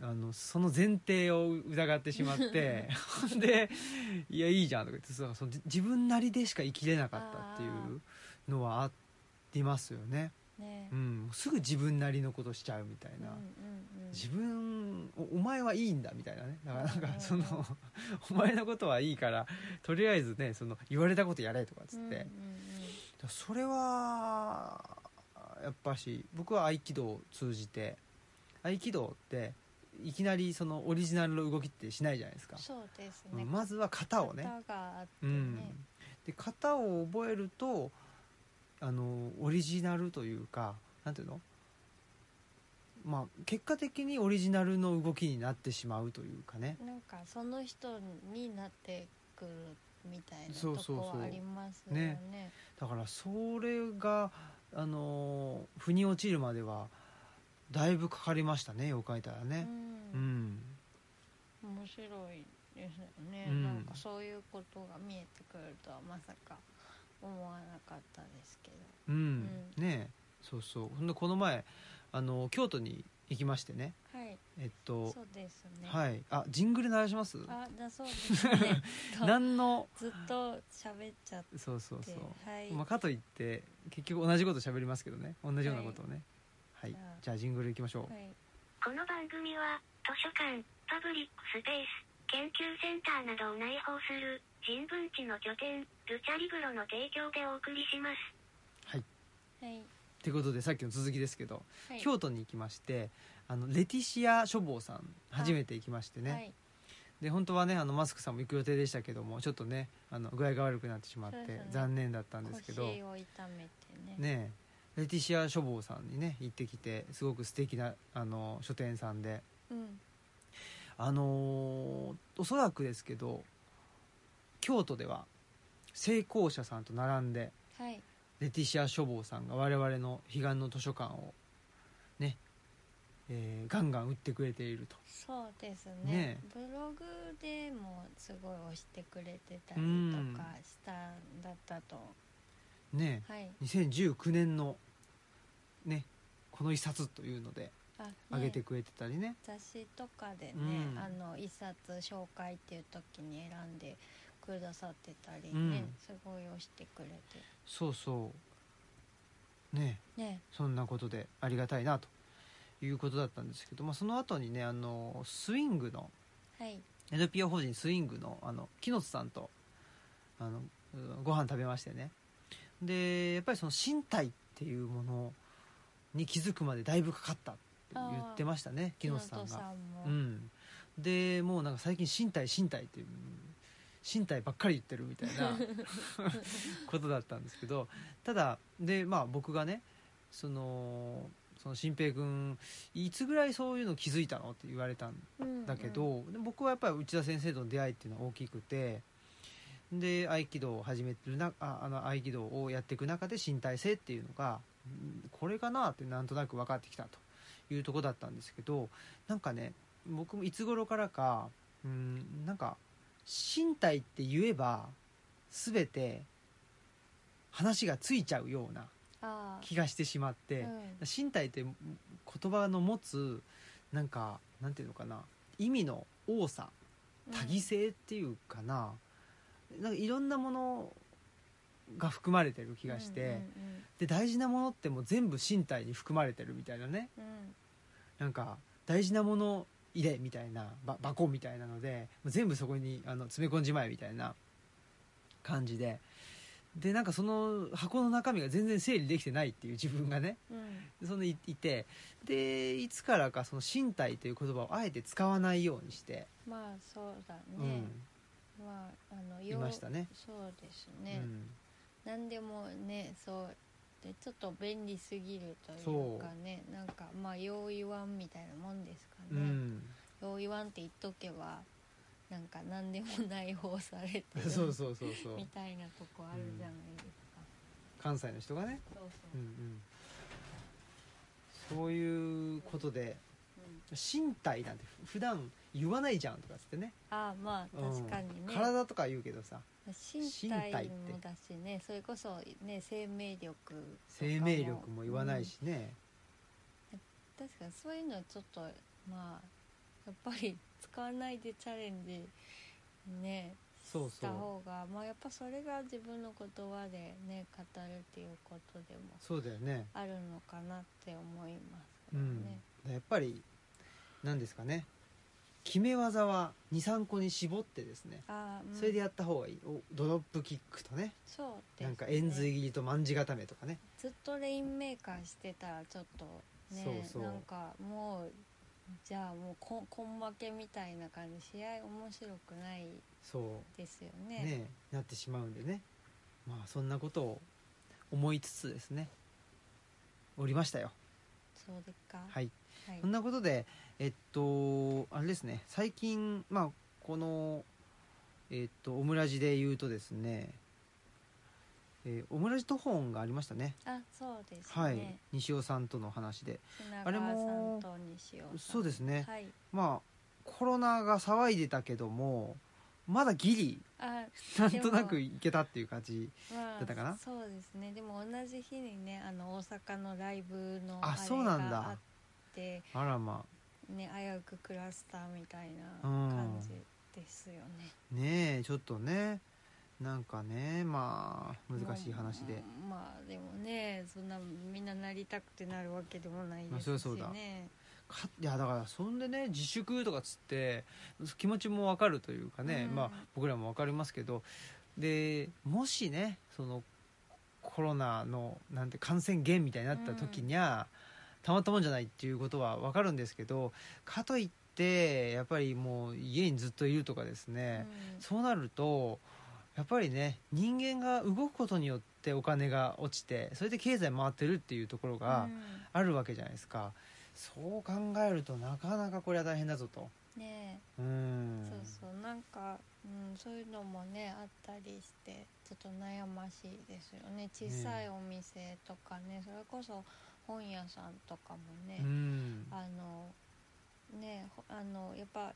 Speaker 1: あのその前提を疑ってしまって ほんで「いやいいじゃん」とか言ってそうそのじ自分なりでしか生きれなかったっていうのはありますよね、
Speaker 2: ね
Speaker 1: うん、すぐ自分なりのことしちゃうみたいな。
Speaker 2: うんうんうん
Speaker 1: 自分おお前はいいんだみたいなねだからなんか
Speaker 2: うんうん
Speaker 1: そのお前のことはいいからとりあえずねその言われたことやれとかっつって、
Speaker 2: うん
Speaker 1: だからそれはやっぱし僕は合気道を通じて合気道っていきなりそのオリジナルの動きってしないじゃないです
Speaker 2: う
Speaker 1: か
Speaker 2: ん、そうですね、
Speaker 1: うんまずは型をね
Speaker 2: 型があって
Speaker 1: う
Speaker 2: ね、
Speaker 1: ん、で型を覚えるとあのオリジナルというかなんていうのまあ結果的にオリジナルの動きになってしまうというかね
Speaker 2: なんかその人になってくるみたいな
Speaker 1: そうそう
Speaker 2: と
Speaker 1: そう
Speaker 2: こはありますよね
Speaker 1: だからそれがあの腑に落ちるまではだいぶかかりましたね絵を描いたらね。う
Speaker 2: うん面白いですよね、
Speaker 1: うん
Speaker 2: なんかそういうことが見えてくるとはまさか思わなかったですけど
Speaker 1: うんねえそうそうほんでこの前あの京都に行きましてね
Speaker 2: はい
Speaker 1: えっと、
Speaker 2: そうですね、
Speaker 1: はいあジングル鳴らします
Speaker 2: あだそうです ねと
Speaker 1: 何の
Speaker 2: ずっと喋っちゃっ
Speaker 1: そうそう
Speaker 2: て
Speaker 1: そう
Speaker 2: はい、
Speaker 1: まあ、かといって結局同じこと喋りますけどね同じようなことをねはい、
Speaker 2: じゃあ
Speaker 1: じゃあジングルいきましょう、
Speaker 2: はい
Speaker 3: この番組は図書館パブリックスペース研究センターなどを内包する人文地の拠点ルチャリブロの提供でお送りします
Speaker 2: はい
Speaker 1: ということでさっきの続きですけど、
Speaker 2: はい
Speaker 1: 京都に行きましてあのレティシア書房さん初めて行きましてね、
Speaker 2: はい、
Speaker 1: で本当はねあのマスクさんも行く予定でしたけどもちょっとねあの具合が悪くなってしまって、
Speaker 2: そうですね
Speaker 1: 残念だったんですけど
Speaker 2: 腰を痛めてね
Speaker 1: ねえレティシア書房さんにね行ってきてすごく素敵なあの書店さんで
Speaker 2: うん
Speaker 1: あのーおそらくですけど京都では成功者さんと並んで
Speaker 2: はい
Speaker 1: レティシア書房さんが我々の彼岸の図書館をね、えーガンガン売ってくれていると
Speaker 2: そうですね
Speaker 1: ね
Speaker 2: ブログでもすごい押してくれてたり
Speaker 1: うん
Speaker 2: とかしたんだったと、
Speaker 1: ね
Speaker 2: はい
Speaker 1: 2019年のねこの一冊というので
Speaker 2: あ、ね
Speaker 1: 上げてくれてたりね
Speaker 2: 雑誌とかでね、
Speaker 1: うん
Speaker 2: あの一冊紹介っていう時に選んでくださってたりね、
Speaker 1: うん
Speaker 2: すごい押してくれ
Speaker 1: そうそうね
Speaker 2: てね
Speaker 1: そんなことでありがたいなということだったんですけど、まあ、その後にねあのスイングの
Speaker 2: はい
Speaker 1: NPO 法人スイングのあの木の津さんとあのうんご飯食べましてねでやっぱりその身体っていうものに気づくまでだいぶかかったって言ってましたね木
Speaker 2: 木
Speaker 1: の津さん
Speaker 2: 本さん
Speaker 1: が。
Speaker 2: も、
Speaker 1: うん、でもうなんか最近身体身体っていう身体ばっかり言ってるみたい なことだったんですけどただでまあ僕がねそのその新平君いつぐらいそういうの気づいたのって言われたん
Speaker 2: うん
Speaker 1: だけど、で僕はやっぱり内田先生との出会いっていうのは大きくてで合気道を始めてるなああの合気道をやっていく中で身体性っていうのがうんこれかなってなんとなく分かってきたというとこだったんですけどなんかね僕もいつ頃からかうんなんか身体って言えば全て話がついちゃうような
Speaker 2: ああ
Speaker 1: 気がしてしまって。
Speaker 2: うん
Speaker 1: 身体って言葉の持つなんかなんていうのかな意味の多さ多義性っていうかな,、なんかいろんなものが含まれてる気がして、で大事なものってもう全部身体に含まれてるみたいなね
Speaker 2: うんうんうん
Speaker 1: なんか大事なもの入れみたいなば箱みたいなのでもう全部そこにあの詰め込んじまえみたいな感じででなんかその箱の中身が全然整理できてないっていう自分がね
Speaker 2: うんうん
Speaker 1: そのいいてでいつからかその身体という言葉をあえて使わないようにして、
Speaker 2: まあそうだ
Speaker 1: う
Speaker 2: ね、まああの
Speaker 1: ん、いましたね。
Speaker 2: そうですね、
Speaker 1: うん
Speaker 2: 何でもねそうでちょっと便利すぎるとい
Speaker 1: そう
Speaker 2: かねなんかまあ用意ンみたいなもんですか
Speaker 1: う
Speaker 2: ね、
Speaker 1: ん、
Speaker 2: 用意ンって言っとけばなんか何でも内包されて る
Speaker 1: そうそうそうそう
Speaker 2: みたいなとこあるじゃないですか、
Speaker 1: 関西の人がね、
Speaker 2: そう
Speaker 1: う
Speaker 2: そ
Speaker 1: ん
Speaker 2: う、
Speaker 1: うん、そういうことで
Speaker 2: うん
Speaker 1: 身体なんて普段言わないじゃんとかつってね
Speaker 2: ああまあ確かにね、
Speaker 1: うん体とか言うけどさ
Speaker 2: 身
Speaker 1: 身体っ
Speaker 2: 体
Speaker 1: て
Speaker 2: もだしねそれこそね生命力とかも
Speaker 1: 生命力も言わないしね、
Speaker 2: 確かにそういうのはちょっとまあやっぱり使わないでチャレンジね
Speaker 1: そう
Speaker 2: し
Speaker 1: そ
Speaker 2: た
Speaker 1: う
Speaker 2: 方がまあやっぱそれが自分の言葉でね語るっていうことでも
Speaker 1: そうだよね
Speaker 2: あるのかなって思いますけ
Speaker 1: う
Speaker 2: ど
Speaker 1: ん
Speaker 2: ね、、
Speaker 1: やっぱり何ですかね決め技は23個に絞ってですね
Speaker 2: あーうん
Speaker 1: それでやった方がいい、おドロップキックとね
Speaker 2: そうですね
Speaker 1: なんか円髄切りと卍固めとかね
Speaker 2: ずっとレインメーカーしてたらちょっとね
Speaker 1: そうそう
Speaker 2: なんかもうじゃあもうここん負けみたいな感じ試合面白くない
Speaker 1: そ
Speaker 2: ですよ
Speaker 1: う
Speaker 2: ね
Speaker 1: ねなってしまうんでねまあそんなことを思いつつですねおりましたよ
Speaker 2: そうですか
Speaker 1: はい
Speaker 2: はい
Speaker 1: そんなことでえっとあれですね最近まあこのえっとオムラジで言うとですね、えーオムラジと本がありましたね
Speaker 2: あそうですね、
Speaker 1: はい、西尾さんとの話で
Speaker 2: 砂
Speaker 1: あれ
Speaker 2: 川さ
Speaker 1: も
Speaker 2: んと西尾さん
Speaker 1: そうですね
Speaker 2: はい
Speaker 1: まあコロナが騒いでたけどもまだギリ
Speaker 2: あ
Speaker 1: なんとなくいけたっていう感じ
Speaker 2: まあ
Speaker 1: だったかな
Speaker 2: そうですねでも同じ日にねあの大阪のライブの
Speaker 1: あ
Speaker 2: あ
Speaker 1: そう
Speaker 2: れ
Speaker 1: なん
Speaker 2: が
Speaker 1: だ
Speaker 2: あって
Speaker 1: あらま
Speaker 2: ね危うくクラスターみたいな
Speaker 1: うん
Speaker 2: 感じですよね、
Speaker 1: あねえちょっとねなんかねまあ難しい話で、
Speaker 2: まあまあでもねそんなみんななりたくてなるわけでもない
Speaker 1: まあ
Speaker 2: で
Speaker 1: そりゃ
Speaker 2: すし
Speaker 1: そうだ
Speaker 2: ね、
Speaker 1: かいやだからそんでね自粛とかっつって気持ちもわかるというかね、
Speaker 2: うん
Speaker 1: まあ僕らもわかりますけどでもしねそのコロナのなんて感染源みたいになった時にゃ、たまったもんじゃないっていうことはわかるんですけどかといってやっぱりもう家にずっといるとかですね、そうなるとやっぱりね人間が動くことによってお金が落ちてそれで経済回ってるっていうところ
Speaker 2: うん
Speaker 1: が、あるわけじゃないですかそう考えるとなかなかこれは大変だぞと
Speaker 2: ね
Speaker 1: うん
Speaker 2: そうそうなんか、うん、そういうのもねあったりしてちょっと悩ましいですよね小さいお店とかねそれこそ本屋さんとかもね、
Speaker 1: うん
Speaker 2: あのねほあのやっぱ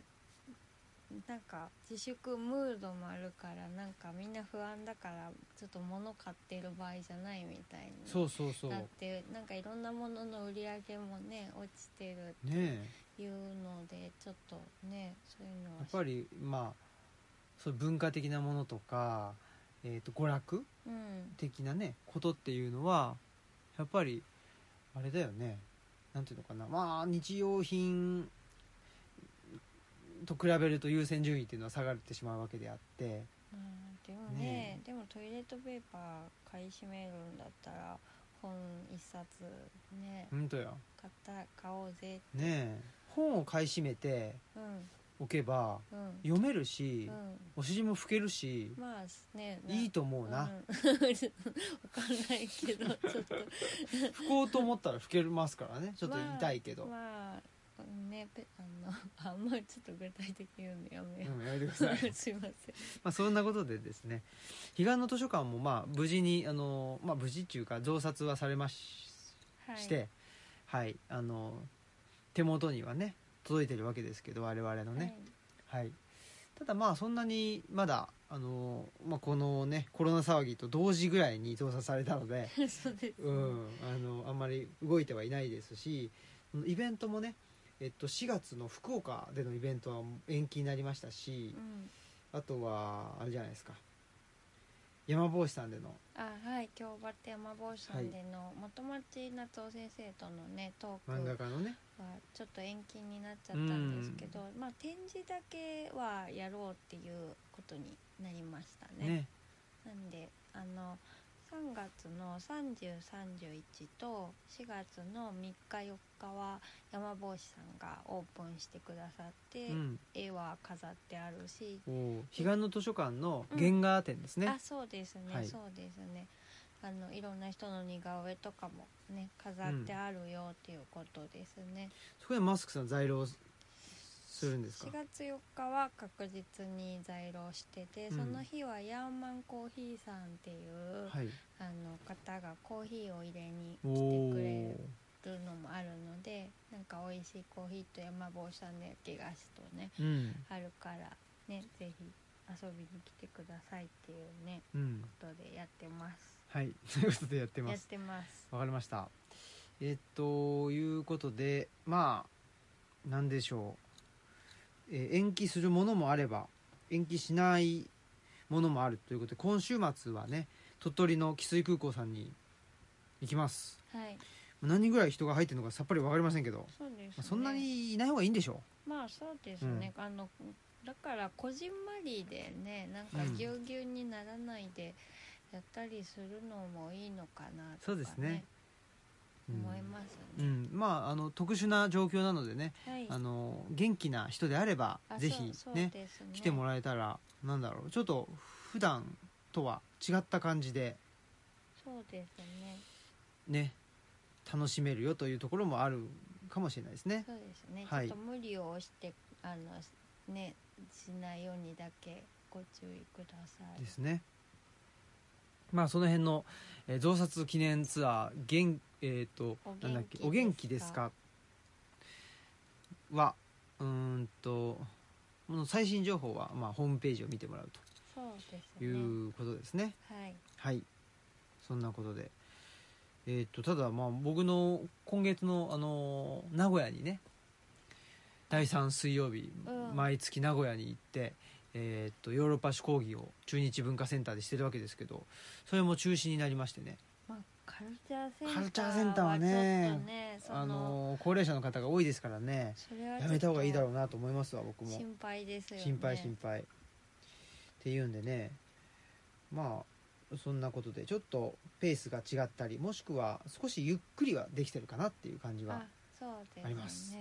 Speaker 2: なんか自粛ムードもあるからなんかみんな不安だからちょっと物買ってる場合じゃないみたいに
Speaker 1: そうそうそう
Speaker 2: なっ
Speaker 1: ね
Speaker 2: てなんかいろんなものの売り上げもね落ちてるって
Speaker 1: え
Speaker 2: いうのでちょっとねそういうのは
Speaker 1: やっぱりまあそう文化的なものとか、えー、と娯楽
Speaker 2: うん
Speaker 1: 的なねことっていうのはやっぱりあれだよねなんていうのかなまあ日用品と比べると優先順位っていうのは下がってしまうわけであって
Speaker 2: うんでもね
Speaker 1: ね
Speaker 2: でもトイレットペーパー買い占めるんだったら本一冊ね
Speaker 1: 本当や
Speaker 2: 買った買おうぜ
Speaker 1: ねえ本を買い占めて
Speaker 2: うん
Speaker 1: おけば
Speaker 2: うん
Speaker 1: 読めるし、
Speaker 2: うん
Speaker 1: お尻も拭けるし、
Speaker 2: まあね
Speaker 1: いいと思う
Speaker 2: 思
Speaker 1: な、
Speaker 2: 分かん ないけ どちょっ
Speaker 1: 拭こうと思ったら拭けますからねちょっと
Speaker 2: まあ
Speaker 1: 痛いけど、
Speaker 2: とまあねペあのあんまりちょっと具体的に言うのやめよ
Speaker 1: うん、やめてくださ
Speaker 2: う、
Speaker 1: い
Speaker 2: すいませ
Speaker 1: ま
Speaker 2: ん
Speaker 1: あそんなことでですね彼岸の図書館もまあ無事にあの、まあ、無事っていうか増刷はされまし,、
Speaker 2: はい
Speaker 1: て、はいあの手元にはね届いてるわけですけど我々のね、はいただまあそんなにまだあの、まあ、このねコロナ騒ぎと同時ぐらいに増刷されたので、
Speaker 2: はい、 そうです、
Speaker 1: うん、あのあんまり動いてはいないですしイベントもね、えっと、4月の福岡でのイベントは延期になりましたし
Speaker 2: う、ん
Speaker 1: あとはあれじゃないですか山帽子さんでの
Speaker 2: あはい今日バテ山坊さんでの元町夏夫先生とのねトー
Speaker 1: 漫
Speaker 2: ク
Speaker 1: 画家のね、
Speaker 2: はちょっと延期になっちゃったんですけど、まあ展示だけはやろうっていうことになりました
Speaker 1: ね
Speaker 2: なんであの3月の3031と4月の3日4日は山帽子さんがオープンしてくださって、
Speaker 1: うん、
Speaker 2: 絵は飾ってあるし、
Speaker 1: お彼岸の図書館の原画展ですね
Speaker 2: あ、そうですね、
Speaker 1: はい
Speaker 2: そうですねあのいろんな人の似顔絵とかもね飾ってあるよっていうことですね、
Speaker 1: そこでマスクさん在廊するんですか
Speaker 2: 4月4日は確実に在廊してて、
Speaker 1: うん
Speaker 2: その日はヤーマンコーヒーさんっていう、
Speaker 1: はい
Speaker 2: あの方がコーヒーを入れに
Speaker 1: お
Speaker 2: 来てくれ
Speaker 1: ー
Speaker 2: るるのもあるのでなんか美味しいコーヒーと山坊さんの焼き菓子とね
Speaker 1: うん
Speaker 2: あるからねぜひ遊びに来てくださいっていうね
Speaker 1: うん
Speaker 2: ことでやってます
Speaker 1: はい ということでやってま
Speaker 2: やっ
Speaker 1: す
Speaker 2: てます
Speaker 1: わかりましたえっということでまあなんでしょう、えー延期するものもあれば延期しないものもあるということで今週末はね鳥取の汽水空港さんに行きます
Speaker 2: はい
Speaker 1: 何人ぐらい人が入ってるのかさっぱり分かりませんけど、ま
Speaker 2: そうです、
Speaker 1: あ
Speaker 2: ね、
Speaker 1: そんなにいない方がいいんでしょ
Speaker 2: まあそうですね、あのだからこじんまりでねなんか
Speaker 1: うん
Speaker 2: ぎゅうぎゅうにならないでやったりするのもいいのかなとか、ね、
Speaker 1: そうですねう、うん
Speaker 2: 思います
Speaker 1: う
Speaker 2: ね、
Speaker 1: ん、まああの特殊な状況なのでね
Speaker 2: はい
Speaker 1: あの元気な人であれば
Speaker 2: あ
Speaker 1: ぜひ
Speaker 2: そうそう
Speaker 1: ね
Speaker 2: ですね
Speaker 1: 来てもらえたらなんだろうちょっと普段とは違った感じで
Speaker 2: そうですね
Speaker 1: ね楽しめるよというところもあるかもしれないですね
Speaker 2: そうですね、
Speaker 1: はい
Speaker 2: ちょっと無理をしてあのねしないようにだけご注意ください
Speaker 1: ですねまあその辺の、えー増刷記念ツアー元えっ、と
Speaker 2: お元気
Speaker 1: なんだっけ
Speaker 2: ですか
Speaker 1: お元気ですかはうーんともう最新情報は、まあ、ホームページを見てもらう
Speaker 2: そうで
Speaker 1: と
Speaker 2: す
Speaker 1: い
Speaker 2: ね
Speaker 1: うことですね
Speaker 2: はい
Speaker 1: はいそんなことでえーっとただまあ僕の今月のあのー名古屋にね第3水曜日、
Speaker 2: うん
Speaker 1: 毎月名古屋に行ってえーっとヨーロッパ史講義を中日文化センターでしてるわけですけどそれも中止になりましてね
Speaker 2: まあカルチャーセンター
Speaker 1: カルチャーセンターはね
Speaker 2: ちょっとねその
Speaker 1: あのー高齢者の方が多いですからね
Speaker 2: それは
Speaker 1: やめた方がいいだろ
Speaker 2: う
Speaker 1: うなと思いますわ僕も
Speaker 2: 心配ですよね
Speaker 1: 心配心配っていうんでねまあそんなことでちょっとペースが違ったりもしくは少しゆっくりはできてるかなっていう感じは
Speaker 2: あそうですね
Speaker 1: あります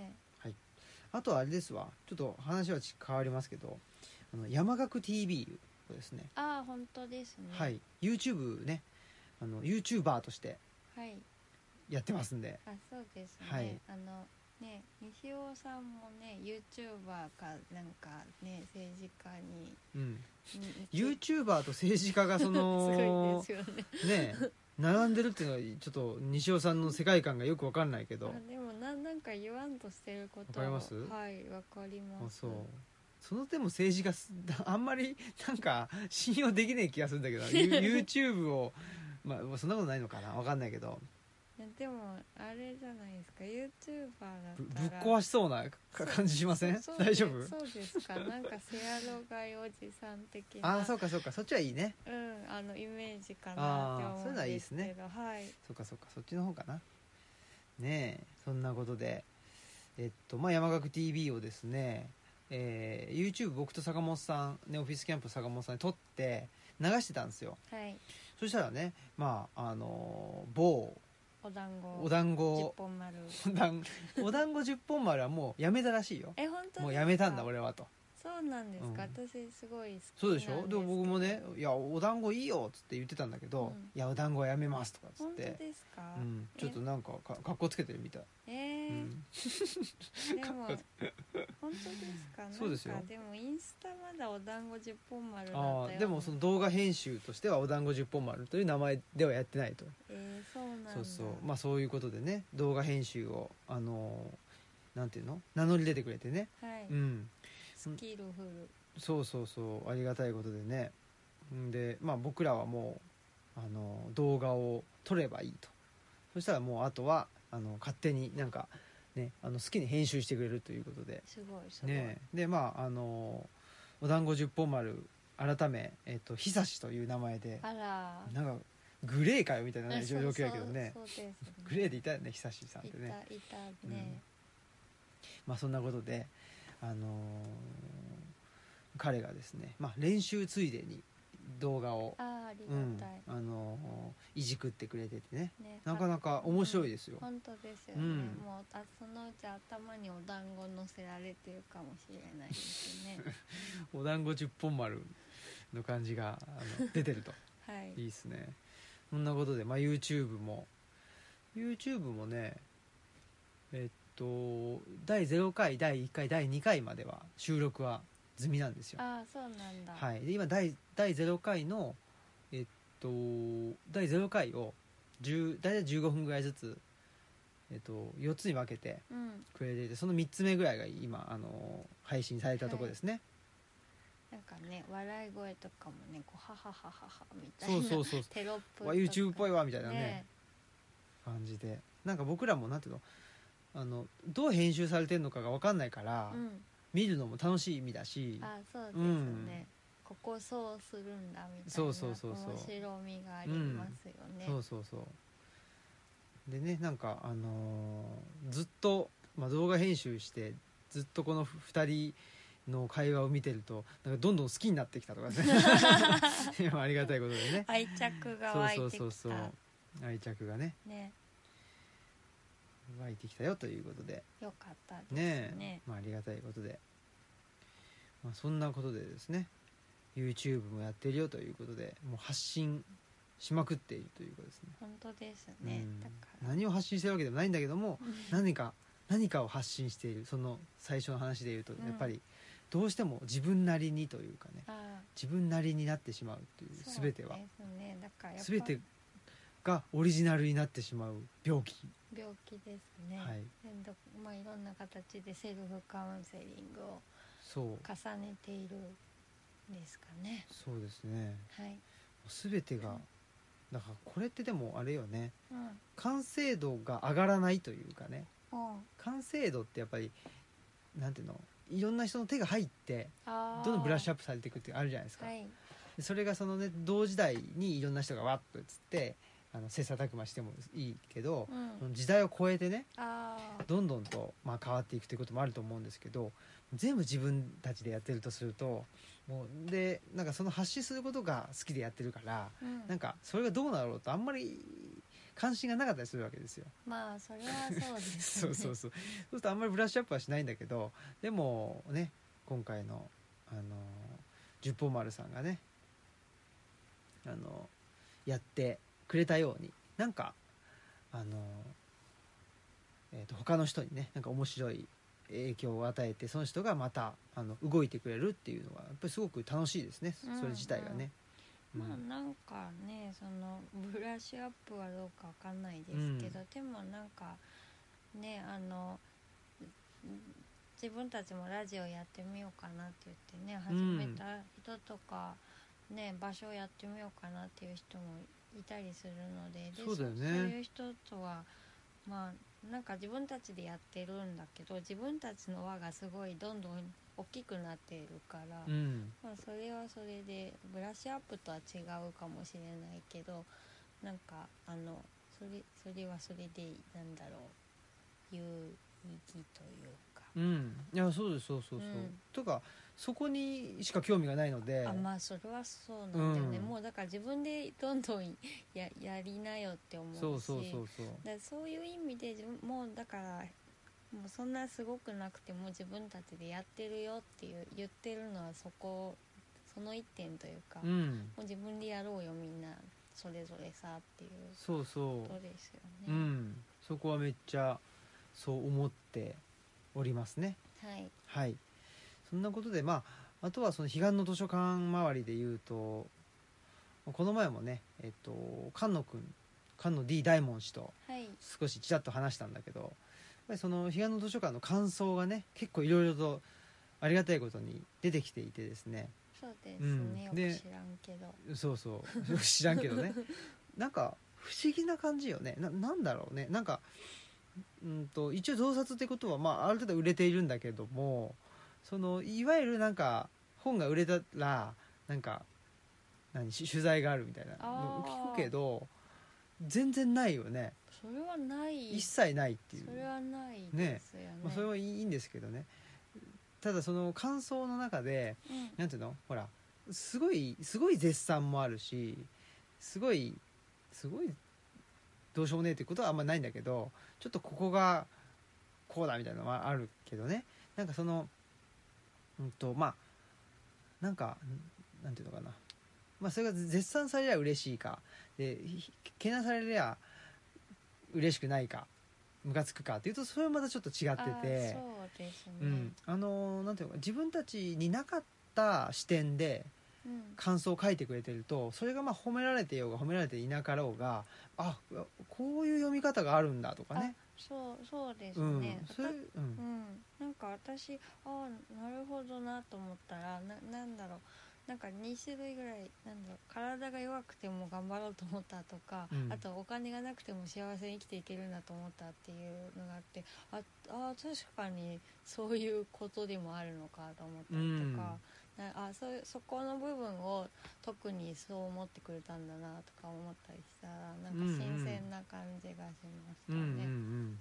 Speaker 1: あとはあれですわちょっと話はち変わりますけどあの山岳 TV をですね、
Speaker 2: あ本当ですね
Speaker 1: はい YouTube ねあの YouTuber として
Speaker 2: はい
Speaker 1: やってますんで
Speaker 2: あそうですね、
Speaker 1: はい
Speaker 2: あのね西尾さんもね YouTuber かなんかね政治家に
Speaker 1: うん、
Speaker 2: に
Speaker 1: YouTuber と政治家がその
Speaker 2: すごいですよね
Speaker 1: ね並んでるっていうのはちょっと西尾さんの世界観がよくわかんないけど
Speaker 2: あでもなんなんか言わんとしてること
Speaker 1: わかります
Speaker 2: はいわかりま
Speaker 1: あ
Speaker 2: す
Speaker 1: そうその点も政治家す あんまりなんか信用できない気がするんだ けどユ YouTube をまあそんなことないのかなわかんないけど
Speaker 2: いやでもあれじゃないですか YouTuber
Speaker 1: ぶぶ
Speaker 2: だ
Speaker 1: っ
Speaker 2: ったら
Speaker 1: 壊しそうなか感じしません
Speaker 2: そう
Speaker 1: 大丈夫
Speaker 2: そうです かなんかせやろがいおじさん的な
Speaker 1: ああそうかそうかそっちはいいね
Speaker 2: うん、あのイメージかなって
Speaker 1: あー
Speaker 2: 思
Speaker 1: そううんいうのはいい
Speaker 2: で
Speaker 1: ですす
Speaker 2: け
Speaker 1: ね
Speaker 2: どはい
Speaker 1: そうかそうかそっちの方かなねえそんなことでえっとまあ山岳 TV をですね、えー YouTube 僕と坂本さんねオフィスキャンプ坂本さんに撮って流してたんですよ
Speaker 2: はい
Speaker 1: そしたらねまああのー某
Speaker 2: お団子
Speaker 1: お団
Speaker 2: 10
Speaker 1: 子
Speaker 2: 本丸
Speaker 1: お団お団子10本丸はもうやめたらしいよ
Speaker 2: え本当
Speaker 1: もうやめたんだ
Speaker 2: ですか
Speaker 1: 俺はと
Speaker 2: そうなんですか、
Speaker 1: う
Speaker 2: 私すごい好き
Speaker 1: そうでしょ
Speaker 2: なん
Speaker 1: で
Speaker 2: けど
Speaker 1: 僕もね「いやお団子いいよ」っつって言ってたんだけど「
Speaker 2: うん
Speaker 1: いやお団子はやめます」とかっつっ
Speaker 2: 本当
Speaker 1: て、
Speaker 2: ですか、
Speaker 1: うん、ちょっとなんかかかっこつけてるみたい、
Speaker 2: え
Speaker 1: う
Speaker 2: ー
Speaker 1: ん、
Speaker 2: でも本当ですかなんか
Speaker 1: そうですよ
Speaker 2: でもインスタまだお団子十本丸だったよ
Speaker 1: あーでもその動画編集としては「お団子10本丸」という名前ではやってないと
Speaker 2: えー、そうなんだ
Speaker 1: そうそうまあそういうことでね動画編集をあのーなんていうの名乗り出てくれてね、
Speaker 2: はいう
Speaker 1: ん
Speaker 2: スキルフル
Speaker 1: そうそうそうありがたいことでねんでまあ僕らはもうあの動画を撮ればいいとそしたらもうあとはあの勝手になんかねあの好きに編集してくれるということです
Speaker 2: ごいすごい、
Speaker 1: ねでまああのお団子十本丸改めえっと久しという名前で
Speaker 2: あら
Speaker 1: なんかグレーかよみたいな
Speaker 2: あ
Speaker 1: ね状況やけどね
Speaker 2: そうそうそうですね
Speaker 1: グレーでいたよね久しさんってね
Speaker 2: いたいたね、
Speaker 1: まあそんなことで、あのー彼がですね、まあ、練習ついでに動画を、
Speaker 2: あーあり
Speaker 1: うん
Speaker 2: がたい、
Speaker 1: あのーいじくってくれててね
Speaker 2: ね
Speaker 1: なかなか面白いですよ、
Speaker 2: 本当ですよね、
Speaker 1: うん
Speaker 2: もうあそのうち頭にお団子乗せられてるかもしれないです ね
Speaker 1: お団子十本丸の感じがあの出てる と
Speaker 2: はい
Speaker 1: いいですねそんなことで、まあ、YouTube も YouTube もねえっと第0回第1回第2回までは収録は済みなんですよ
Speaker 2: ああそうなんだ、
Speaker 1: はい、で今第第0回のえっと第0回を10大体15分ぐらいずつ、えっと、4つに分けて
Speaker 2: うん
Speaker 1: くれていてその3つ目ぐらいが今あの配信されたとこですね、
Speaker 2: なんかね笑い声とかもねこうハハハハハみたいな
Speaker 1: そうそうそう
Speaker 2: テロップ
Speaker 1: わ YouTube っぽい
Speaker 2: わ
Speaker 1: わみたいなね感じでなんか僕らもなんていうのあのどう編集されてるのかが分かんないから、
Speaker 2: うん、
Speaker 1: 見るのも楽しい意味だし
Speaker 2: あそうですね、
Speaker 1: うん
Speaker 2: ここそうするんだみたいな
Speaker 1: そうそうそうそう
Speaker 2: 面白みがありますよね、
Speaker 1: そうそうそうでねなんかあのーずっと、まあ、動画編集してずっとこの2人の会話を見てるとなんかどんどん好きになってきた とかねありがたいことでね
Speaker 2: 愛着が湧い
Speaker 1: そう
Speaker 2: てきた
Speaker 1: そうそうそう愛着がね
Speaker 2: ね
Speaker 1: 湧いてきたよということで
Speaker 2: よかったです
Speaker 1: ね
Speaker 2: ね
Speaker 1: えまあ、ありがたいことで、まあ、そんなことでですね YouTube もやってるよということでもう発信しまくっているということですね
Speaker 2: 本当ですね、
Speaker 1: うん
Speaker 2: だから
Speaker 1: 何を発信してるわけでもないんだけども何か何かを発信しているその最初の話で言うと
Speaker 2: うん
Speaker 1: やっぱりどうしても自分なりにというかね
Speaker 2: ああ
Speaker 1: 自分なりになってしまうという
Speaker 2: そう
Speaker 1: 全ては
Speaker 2: ですねだからやっぱ
Speaker 1: 全てがオリジナルになってしまう病気
Speaker 2: 病気ですね、
Speaker 1: はい
Speaker 2: でどまあ、いろんな形でセルフカウンセリングを
Speaker 1: そう
Speaker 2: 重ねているんですかね
Speaker 1: そうですね
Speaker 2: はい、
Speaker 1: 全てがだからこれってでもあれよね
Speaker 2: うん
Speaker 1: 完成度が上がらないというかね
Speaker 2: うん、
Speaker 1: 完成度ってやっぱりなんていうのいろんな人の手が入って
Speaker 2: あー
Speaker 1: どんどんブラッシュアップされていくっていうのあるじゃないですか
Speaker 2: は。い
Speaker 1: でそれがそのね同時代にいろんな人がわっと映ってあの切磋琢磨してもいいけど
Speaker 2: う、
Speaker 1: そ
Speaker 2: ん、
Speaker 1: の時代を超えてね
Speaker 2: ああ
Speaker 1: どんどんと、まあ、変わっていくということもあると思うんですけど全部自分たちでやってるとするともうでなんかその発信することが好きでやってるから
Speaker 2: うん
Speaker 1: なんかそれがどうなろうとあんまり関心がなかったりするわけですよ。
Speaker 2: まあそれはそうで す
Speaker 1: そうそうそうそうするとあんまりブラッシュアップはしないんだけどでもね今回の、あの十本丸さんがね、あのやってくれたようになんか、あのええー、と他の人にねなんか面白い影響を与えてその人がまたあの動いてくれるっていうのはやっぱりすごく楽しいですねそ
Speaker 2: うん
Speaker 1: それ自体がね。うん
Speaker 2: まあなんかねそのブラッシュアップはどうかわかんないですけど、でもなんかねあの自分たちもラジオやってみようかなって言ってね始
Speaker 1: ん
Speaker 2: めた人とか、ね場所やってみようかなっていう人もいたりするのでで
Speaker 1: そうだよね
Speaker 2: そういう人とはまあなんか自分たちでやってるんだけど自分たちの輪がすごいどんどん大きくなっているから。
Speaker 1: うん
Speaker 2: まあ、それはそれでブラッシュアップとは違うかもしれないけどなんかあのそれそれはそれでなんだろう有意義というか、
Speaker 1: うん、いやそうですそうそうそう。
Speaker 2: うん
Speaker 1: とかそこにしか興味がないので
Speaker 2: あまあそれはそうなんだよね、
Speaker 1: うん
Speaker 2: もうだから自分でどんどんややりなよって思うし
Speaker 1: そうそうそうそう。
Speaker 2: だからそういう意味で自分もうだからもうそんなすごくなくても自分たちでやってるよっていう言ってるのはそこその一点というか。
Speaker 1: うん、
Speaker 2: もう自分でやろうよみんなそれぞれさっていう
Speaker 1: そうそ
Speaker 2: ことですよね、
Speaker 1: う。うん、そこはめっちゃそう思っておりますね。
Speaker 2: はい
Speaker 1: はい、そんなことで、まあ、あとはその彼岸の図書館周りでいうとこの前もね、えっと、菅野君菅野 D 大門氏と
Speaker 2: はい
Speaker 1: 少しちらっと話したんだけどやっぱりその彼岸の図書館の感想がね結構いろいろとありがたいことに出てきていてですね
Speaker 2: そうです
Speaker 1: うん
Speaker 2: ね、よく
Speaker 1: で
Speaker 2: 知らんけど
Speaker 1: そうそう 知らんけどねなんか不思議な感じよねななんだろうねなんかうんと一応増刷ってことは、まあ、ある程度売れているんだけどもそのいわゆるなんか本が売れたらなんか何し取材があるみたいなの
Speaker 2: あー
Speaker 1: 聞くけど全然ないよね
Speaker 2: それはない
Speaker 1: 一切ないっていう
Speaker 2: それはないですよね
Speaker 1: まあ、それはいいいいんですけどねただその感想の中で
Speaker 2: うん
Speaker 1: なんていうのほらすごいすごい絶賛もあるしすごいすごいどうしようもねえってことはあんまないんだけどちょっとここがこうだみたいなのはあるけどねなんかそのうんとまあなんかんなんていうのかなまあそれが絶賛されりゃ嬉しいかでひけなされりゃ嬉しくないかムカつくかっていうとそれはまたちょっと違って
Speaker 2: あ
Speaker 1: て。
Speaker 2: そうですね、
Speaker 1: うん、あのーなんていうのか自分たちになかった視点で
Speaker 2: うん
Speaker 1: 感想を書いてくれてるとそれがまあ褒められてようが褒められていなかろうがあこういう読み方があるんだとかね
Speaker 2: そうそうです
Speaker 1: うん
Speaker 2: ね、
Speaker 1: それ、う、
Speaker 2: うんん、なんか私ああなるほどなと思ったらななんだろうなんか2種類ぐらいなんだろう体が弱くても頑張ろうと思ったとか、
Speaker 1: うん
Speaker 2: あとお金がなくても幸せに生きていけるんだと思ったっていうのがあってああ確かにそういうことでもあるのかと思ったりとか、なあそういうそこの部分を特にそう思ってくれたんだなとか思ったりしたらなんか新鮮な感じがしました
Speaker 1: うん
Speaker 2: ね。
Speaker 1: うんうん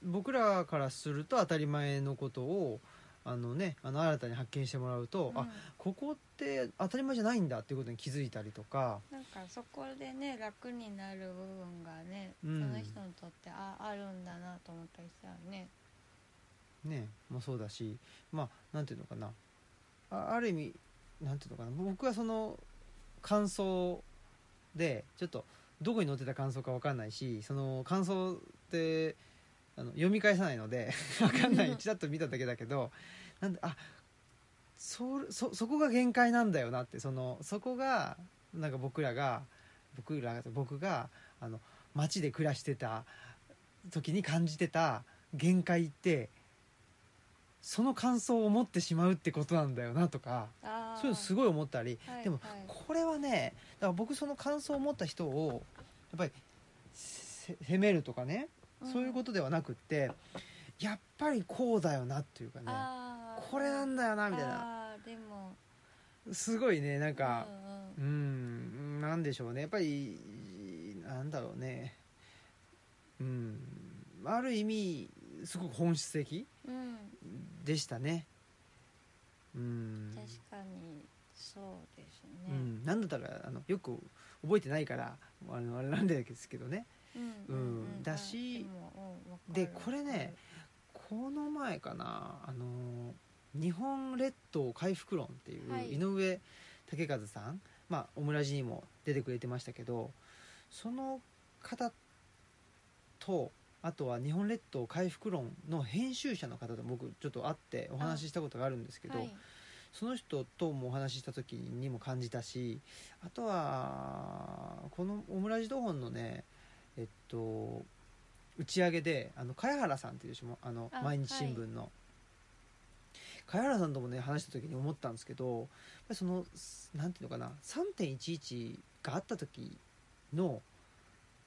Speaker 1: 僕らからすると当たり前のことをあのねあの新たに発見してもらうと、
Speaker 2: う
Speaker 1: あ
Speaker 2: ん
Speaker 1: ここって当たり前じゃないんだっていうことに気づいたりとか
Speaker 2: なんかそこでね楽になる部分がね、
Speaker 1: うん
Speaker 2: その人にとってああるんだなと思ったりしたらね
Speaker 1: ねもそうだしまあなんていうのかなあある意味なんていうのかな僕はその感想でちょっとどこに載ってた感想かわかんないしその感想ってあの読み返さないので わかんないちらっと見ただけだけどなんであそそそこが限界なんだよなってそのそこがなんか僕らが僕らが僕があの街で暮らしてた時に感じてた限界ってその感想を持ってしまうってことなんだよなとか
Speaker 2: ああ
Speaker 1: そういうのすごい思ったり、
Speaker 2: はい
Speaker 1: でも
Speaker 2: はい、
Speaker 1: これはねだから僕その感想を持った人をやっぱりせ責めるとかね、そういうこととではなくってやっぱりこうだよなっていうかね
Speaker 2: ああ
Speaker 1: これなんだよなみたいな
Speaker 2: ああでも
Speaker 1: すごいねなんか。
Speaker 2: うんうん
Speaker 1: うん、なんでしょうね、やっぱり、なんだろうね、うん、ある意味、すごく本質的
Speaker 2: うん
Speaker 1: でしたね。うん、
Speaker 2: 確かにそうです
Speaker 1: う
Speaker 2: ね
Speaker 1: ん、なんだったらあの、よく覚えてないから、あのあれなんですけどね、
Speaker 2: うん
Speaker 1: うんだし
Speaker 2: あでもうんわかる
Speaker 1: でこれねこの前かな、あの日本列島回復論ってい
Speaker 2: はいう
Speaker 1: 井上武和さん、まあ、オムラジにも出てくれてましたけどその方とあとは「日本列島回復論」の編集者の方と僕ちょっと会ってお話ししたことがあるんですけど、
Speaker 2: はい
Speaker 1: その人ともお話しした時にも感じたしあとはこのオムラジド本のねえっと打ち上げであの貝原さんっていう人もあの
Speaker 2: あ
Speaker 1: 毎日新聞の、貝原さんともね話した時に思ったんですけどやっぱりそのすなんていうのかな3.11があった時の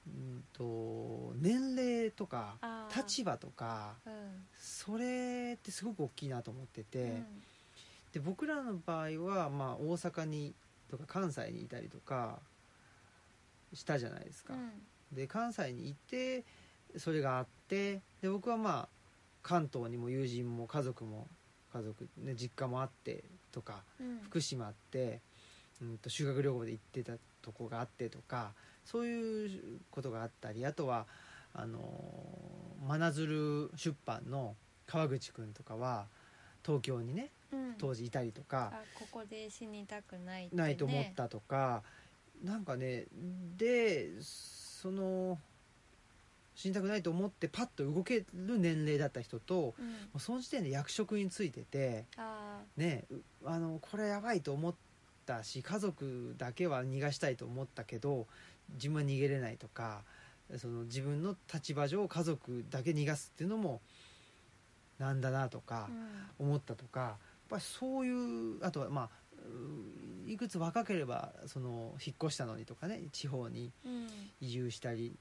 Speaker 1: うんと年齢とか
Speaker 2: あー
Speaker 1: 立場とか
Speaker 2: うん
Speaker 1: それってすごく大きいなと思ってて。
Speaker 2: うん
Speaker 1: で僕らの場合は、まあ、大阪にとか関西にいたりとかしたじゃないですか、
Speaker 2: うん
Speaker 1: で関西にいてそれがあってで僕はまあ関東にも友人も家族も家族、ね、実家もあってとか
Speaker 2: うん
Speaker 1: 福島あって、うん、と修学旅行で行ってたとこがあってとかそういうことがあったりあとはあのー真鶴出版の川口くんとかは東京にね
Speaker 2: うん
Speaker 1: 当時いたりとか、
Speaker 2: あここで死にたくないってね
Speaker 1: ないと思ったとか、なんかねでその死にたくないと思ってパッと動ける年齢だった人とも
Speaker 2: うん
Speaker 1: うその時点で役職についてて、
Speaker 2: あ
Speaker 1: ね、うあのこれやばいと思ったし家族だけは逃がしたいと思ったけど自分は逃げれないとかその自分の立場上家族だけ逃がすっていうのもなんだなとか
Speaker 2: ー、うん
Speaker 1: 思ったとかやっぱりそういうあとはまあうーいくつ若ければその引っ越したのにとかね地方に
Speaker 2: うん
Speaker 1: 移住したり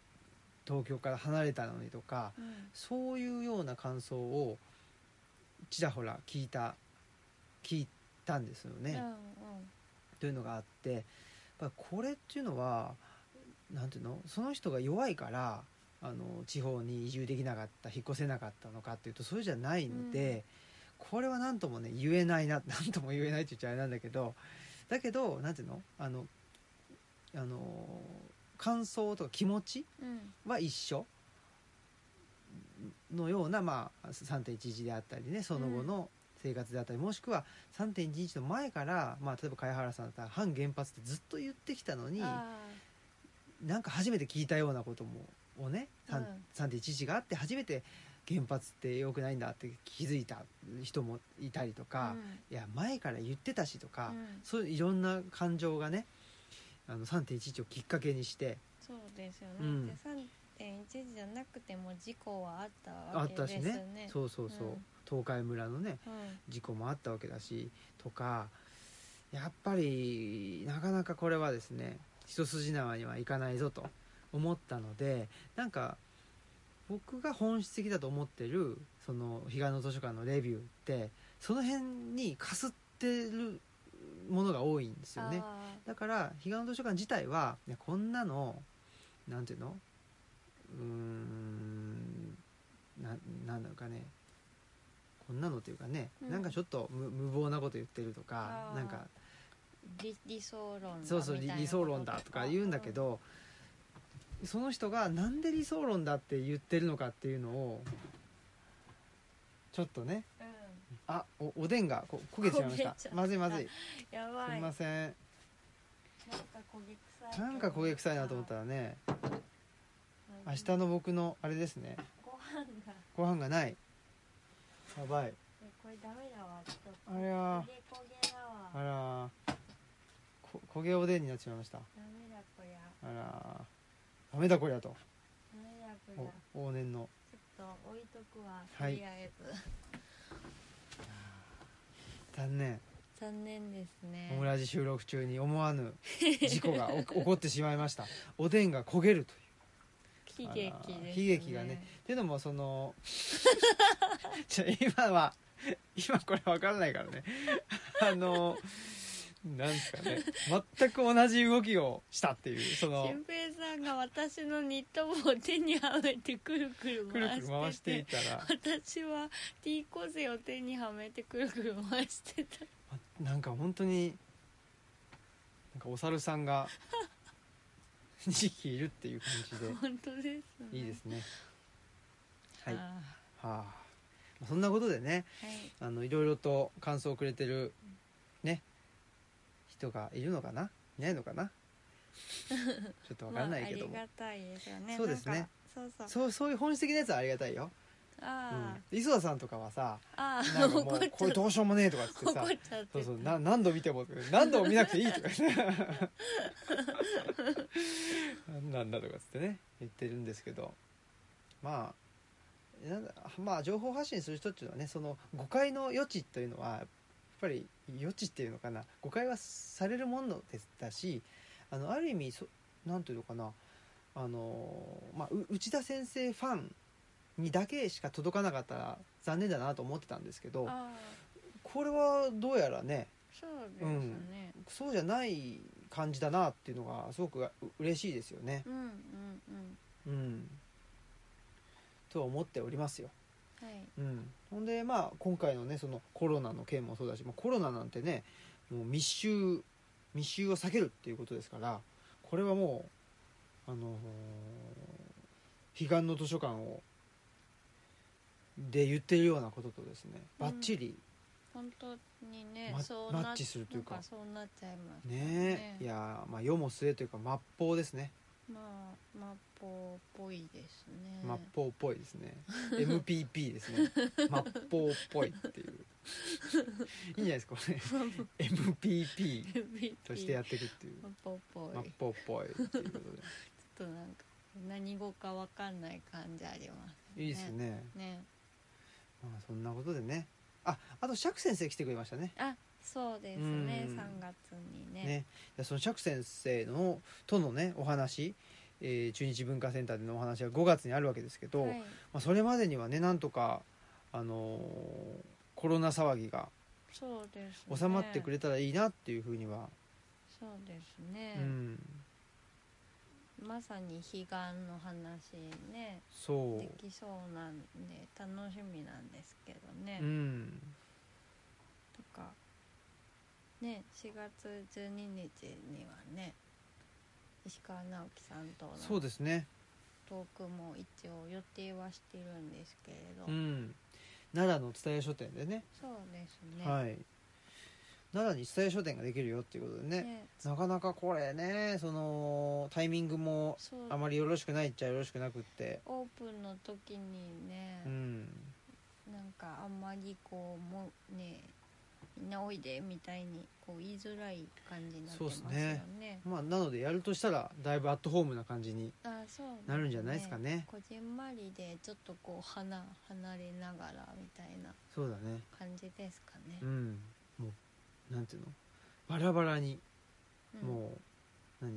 Speaker 1: 東京から離れたのにとか
Speaker 2: うん
Speaker 1: そういうような感想をちらほら聞いた聞いたんですよね。
Speaker 2: うん
Speaker 1: というのがあってやっぱりこれっていうのはなんていうのその人が弱いからあの地方に移住できなかった引っ越せなかったのかっていうとそれじゃないので、これは何ともね言えない な何とも言えないって言っちゃあれなんだけどだけどなんていうのあのあの感想とか気持ち
Speaker 2: うんうん
Speaker 1: は一緒のような、まあ、3.11であったりねその後の生活であったり、もしくは3.11の前から、まあ、例えば貝原さんだったら反原発ってずっと言ってきたのに
Speaker 2: あ
Speaker 1: なんか初めて聞いたようなこともをね、さん
Speaker 2: うん
Speaker 1: 3.11があって初めて原発って良くないんだって気づいた人もいたりと
Speaker 2: ー
Speaker 1: か、いや前から言ってたしとか、
Speaker 2: うんうん
Speaker 1: そういういろんな感情がねあの3.11をきっかけにして
Speaker 2: そうですよね、
Speaker 1: うん
Speaker 2: で3.11じゃなくても事故はあった
Speaker 1: あ
Speaker 2: わ
Speaker 1: った
Speaker 2: け
Speaker 1: し
Speaker 2: です
Speaker 1: ね
Speaker 2: ね
Speaker 1: そうそうそう、
Speaker 2: うん
Speaker 1: 東海村のね
Speaker 2: うん
Speaker 1: 事故もあったわけだしとかやっぱりなかなかこれはですね一筋縄にはいかないぞと思ったのでなんか僕が本質的だと思ってるその彼岸の図書館のレビューってその辺にかすってるものが多いんですよね。
Speaker 2: あ
Speaker 1: だから彼岸の図書館自体はいやこんなのなんていうのうーんななんだろうかねこんなのというかね、
Speaker 2: うん
Speaker 1: なんかちょっと無無謀なこと言ってるとか
Speaker 2: あー
Speaker 1: なんか
Speaker 2: ー理理想論だみたいな
Speaker 1: そうそう理理想論だとか言うんだけ、ど、その人がなんで理想論だって言ってるのかっていうのをちょっとね
Speaker 2: うん
Speaker 1: あおおでんがこ焦げちゃいました
Speaker 2: 焦げちゃった
Speaker 1: まずいまずい
Speaker 2: やば
Speaker 1: す
Speaker 2: い
Speaker 1: いません
Speaker 2: なんか焦げ臭い
Speaker 1: なんか焦げ臭いなと思ったらね明日の僕のあれですね
Speaker 2: ご飯が
Speaker 1: ご飯がないやばい
Speaker 2: えこれダメだわちょっ
Speaker 1: あ
Speaker 2: と
Speaker 1: れは
Speaker 2: 焦げ焦げだ
Speaker 1: あ
Speaker 2: わ
Speaker 1: らこ焦げおでんになっちまいました
Speaker 2: ダメだこりゃ
Speaker 1: あらダメだこりゃと
Speaker 2: ダメだこりゃ
Speaker 1: お往年の
Speaker 2: ちょっと置いとくわ、
Speaker 1: はい
Speaker 2: とりあえず
Speaker 1: 残念
Speaker 2: 残念ですね
Speaker 1: オムラジ収録中に思わぬ 事故がお起こってしまいましたおでんが焦げるという
Speaker 2: 悲劇です、ね
Speaker 1: あら、悲劇がねっていうのもそのちょ今は今これ分からないからねあのなんですかね全く同じ動きをしたっていうその
Speaker 2: 俊平さんが私のニット帽を手にはめてくるくる
Speaker 1: くるくる回
Speaker 2: 回
Speaker 1: し
Speaker 2: してて
Speaker 1: ていったら
Speaker 2: 私は T コゼを手にはめてくるくる回してた
Speaker 1: なんか本当になんかお猿さんが 2匹いるっていう感じ
Speaker 2: 本当ですね
Speaker 1: でいいですねは
Speaker 2: はいい、
Speaker 1: は
Speaker 2: は
Speaker 1: あまあそんなことでね
Speaker 2: い、
Speaker 1: あのいろいろと感想をくれてるね人がいるのかないないのかなちょっとわかんないけども、
Speaker 2: まあ、ありがたいですよね
Speaker 1: そうですね
Speaker 2: なんかそうそう
Speaker 1: そうそういう本質的なやつはありがたいよ、
Speaker 2: あ
Speaker 1: うん、磯田さんとかはさ
Speaker 2: あ、ああ
Speaker 1: なんかも
Speaker 2: 怒
Speaker 1: う
Speaker 2: っちゃっ
Speaker 1: これどうしようもねえとかっつって
Speaker 2: 怒
Speaker 1: さ
Speaker 2: っちゃって
Speaker 1: そうそうな何度見ても何度も見なくていいとかねなんだとかっつってね言ってるんですけどまあなんだまあ情報発信する人っていうのはねその誤解の余地というのはやっぱり余地っていうのかな誤解はされるものでしたしあのある意味そなんていうのかなあの、まあ、う内田先生ファンにだけしか届かなかったら残念だなと思ってたんですけど
Speaker 2: ああ
Speaker 1: これはどうやらね
Speaker 2: そうですね、
Speaker 1: そうじゃない感じだなっていうのがすごくう嬉しいですよね。
Speaker 2: うん、うんう
Speaker 1: う
Speaker 2: ん
Speaker 1: ん、とは思っておりますよ。
Speaker 2: はい
Speaker 1: うん、ほんでまあ今回のねそのコロナの件もそうだし、まあ、コロナなんてねもう密集密集を避けるっていうことですからこれはもうあのー彼岸の図書館をで言ってるようなこととですね
Speaker 2: うん
Speaker 1: ばっちり
Speaker 2: 本当にね、
Speaker 1: マ
Speaker 2: そう
Speaker 1: マ
Speaker 2: な
Speaker 1: ッチするというか
Speaker 2: なんそうなっちゃいます
Speaker 1: ねいやーまあ世も末というか末法ですね。
Speaker 2: まあマッポっぽいですね
Speaker 1: 末 法っぽいですね MPP ですね末法っぽいっていういいんじゃないですかこれ MPP としてやっていくっていう
Speaker 2: マッポっぽい
Speaker 1: 末法っぽいっていうこと
Speaker 2: ちょっとなんか何語かわかんない感じあります
Speaker 1: でいいですね
Speaker 2: ね
Speaker 1: まあそんなことでねああと釈先生来てくれましたね
Speaker 2: あそうですね
Speaker 1: うん
Speaker 2: 3月にね
Speaker 1: ねでその釈先生のとのねお話、えー中日文化センターでのお話は5月にあるわけですけど、
Speaker 2: はい
Speaker 1: まあ、それまでにはねなんとかあのーコロナ騒ぎが
Speaker 2: そうですね
Speaker 1: 収まってくれたらいいなっていうふうには、
Speaker 2: そうですね
Speaker 1: うん、
Speaker 2: まさに彼岸の話ね
Speaker 1: そう
Speaker 2: できそうなんで楽しみなんですけどね、
Speaker 1: うん
Speaker 2: とかね4月12日にはね石川直樹さんと
Speaker 1: そう
Speaker 2: の
Speaker 1: ですね
Speaker 2: トークも一応予定はしてるんですけれど、
Speaker 1: うん奈良の蔦屋書店でね
Speaker 2: そうですね,、
Speaker 1: はい奈良に蔦屋書店ができるよっていうことでね
Speaker 2: ね
Speaker 1: なかなかこれねそのタイミングも
Speaker 2: そう
Speaker 1: あまりよろしくないっちゃよろしくなくって
Speaker 2: オープンの時にね
Speaker 1: う、ん
Speaker 2: なんかあんまりこうもうねみんなおいでみたいにこう言いづらい感じになってますよ
Speaker 1: そうっすね
Speaker 2: ね
Speaker 1: まあなのでやるとしたらだいぶアットホームな感じに
Speaker 2: あそう
Speaker 1: なるんじゃないですかね
Speaker 2: こじんまりでちょっとこう離離れながらみたいな
Speaker 1: そうだね
Speaker 2: 感じですかね
Speaker 1: う、んもうなんていうのバラバラに
Speaker 2: うん
Speaker 1: もう何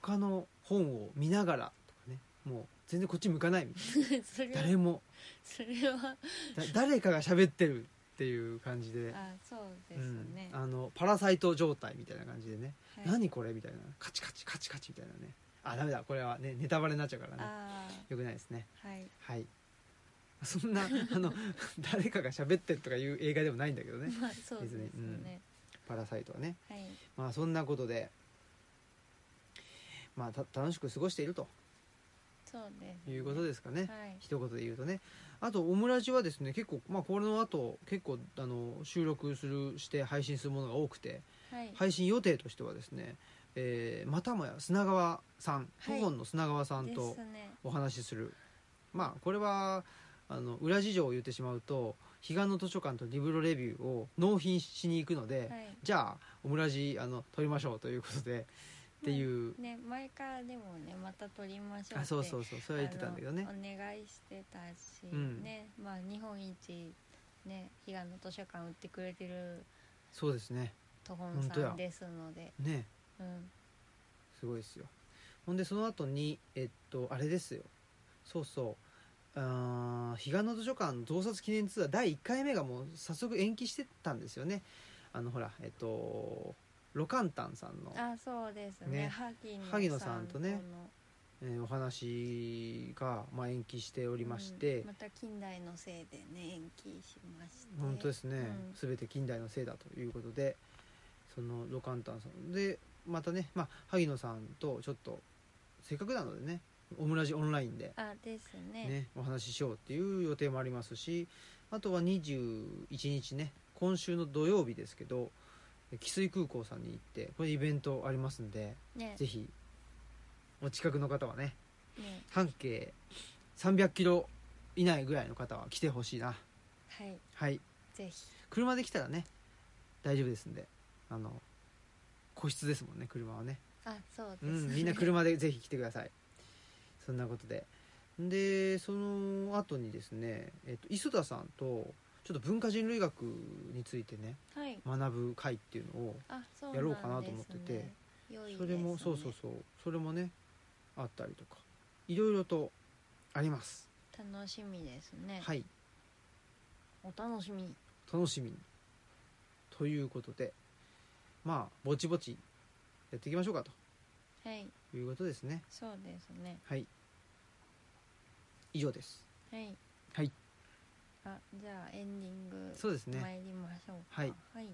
Speaker 1: 他の本を見ながらとかねもう全然こっち向かないみたい
Speaker 2: それ
Speaker 1: な
Speaker 2: は
Speaker 1: 誰も
Speaker 2: それは
Speaker 1: だ誰かが喋ってるっていう感じで、
Speaker 2: あそうで
Speaker 1: う
Speaker 2: す
Speaker 1: ん
Speaker 2: ね、
Speaker 1: あのパラサイト状態みたいな感じでね、
Speaker 2: はい
Speaker 1: 何これみたいなカチカチカチカチみたいなねあダメだこれはねネタバレになっちゃうからね
Speaker 2: あ
Speaker 1: よくないですね
Speaker 2: ーはい
Speaker 1: はいそんなあの 誰かが喋ってるとかいう映画でもないんだけどね
Speaker 2: まあそうですね
Speaker 1: 別、にうんパラサイトはね
Speaker 2: はい
Speaker 1: まあそんなことでまあた楽しく過ごしていると
Speaker 2: そうです、
Speaker 1: いうことですかね、
Speaker 2: はい
Speaker 1: 一言で言うとねあとオムラジはですね結構まあこれの後結構あの収録するして配信するものが多くて
Speaker 2: はい
Speaker 1: 配信予定としてはですね、えーまたもや砂川さん
Speaker 2: は
Speaker 1: 顧
Speaker 2: い
Speaker 1: 問の砂川さん
Speaker 2: で
Speaker 1: と
Speaker 2: すね
Speaker 1: お話しする、まあこれはあの裏事情を言ってしまうと彼岸の図書館とリブロレビューを納品しに行くので、
Speaker 2: はい
Speaker 1: じゃあオムラジあの撮りましょうということで、っていう、
Speaker 2: ね前からでもねまた撮りましょうって
Speaker 1: あそうそうそうそれは言ってたんだけどね
Speaker 2: あのお願いしてたし、
Speaker 1: うん
Speaker 2: ねまあ日本一ね彼岸の図書館売ってくれてる
Speaker 1: そうですね
Speaker 2: トホン
Speaker 1: 本当
Speaker 2: さ
Speaker 1: や
Speaker 2: んですので
Speaker 1: ね
Speaker 2: うん
Speaker 1: すごいですよほんでその後にえっとあれですよそうそうあー彼岸の図書館増刷記念ツアー第1回目がもう早速延期してたんですよねあのほらえっとロカンタンさんの、
Speaker 2: あそうです
Speaker 1: ね
Speaker 2: ね萩
Speaker 1: 萩野さんとね
Speaker 2: の
Speaker 1: えーお話が、まあ、延期しておりまし
Speaker 2: う
Speaker 1: て
Speaker 2: ん、また近代のせいでね延期しまして
Speaker 1: 本当ですね、
Speaker 2: うん
Speaker 1: 全て近代のせいだということでそのロカンタンさんでまたね、まあ、萩野さんとちょっとせっかくなのでねオムラジオンラインで
Speaker 2: あですね
Speaker 1: ね、お話ししようっていう予定もありますしあとは21日ね今週の土曜日ですけど汽水空港さんに行ってこれイベントありますんで
Speaker 2: ね
Speaker 1: ぜひお近くの方はね
Speaker 2: ね
Speaker 1: 半径300キロ以内ぐらいの方は来てほしいな
Speaker 2: はい
Speaker 1: はい
Speaker 2: ぜひ
Speaker 1: 車で来たらね大丈夫ですんであの個室ですもんね車はね
Speaker 2: あそうです、
Speaker 1: うん、みんな車でぜひ来てくださいそんなことででその後にですね、えっと、磯田さんとちょっと文化人類学についてね
Speaker 2: はい
Speaker 1: 学ぶ会っていうのを
Speaker 2: あそう
Speaker 1: やろう
Speaker 2: なん
Speaker 1: かなと思ってて
Speaker 2: ですね良いです
Speaker 1: そ
Speaker 2: ね
Speaker 1: れもそうそうそうそれもねあったりとかいろいろとあります
Speaker 2: 楽しみですね、
Speaker 1: はい
Speaker 2: お楽しみ
Speaker 1: 楽しみにということでまあぼちぼちやっていきましょうか
Speaker 2: はい
Speaker 1: ということですね
Speaker 2: そうですね
Speaker 1: はい以上です
Speaker 2: はい
Speaker 1: はい
Speaker 2: あじゃあエンディング
Speaker 1: そうですね
Speaker 2: 参りましょうか
Speaker 1: はい
Speaker 2: はい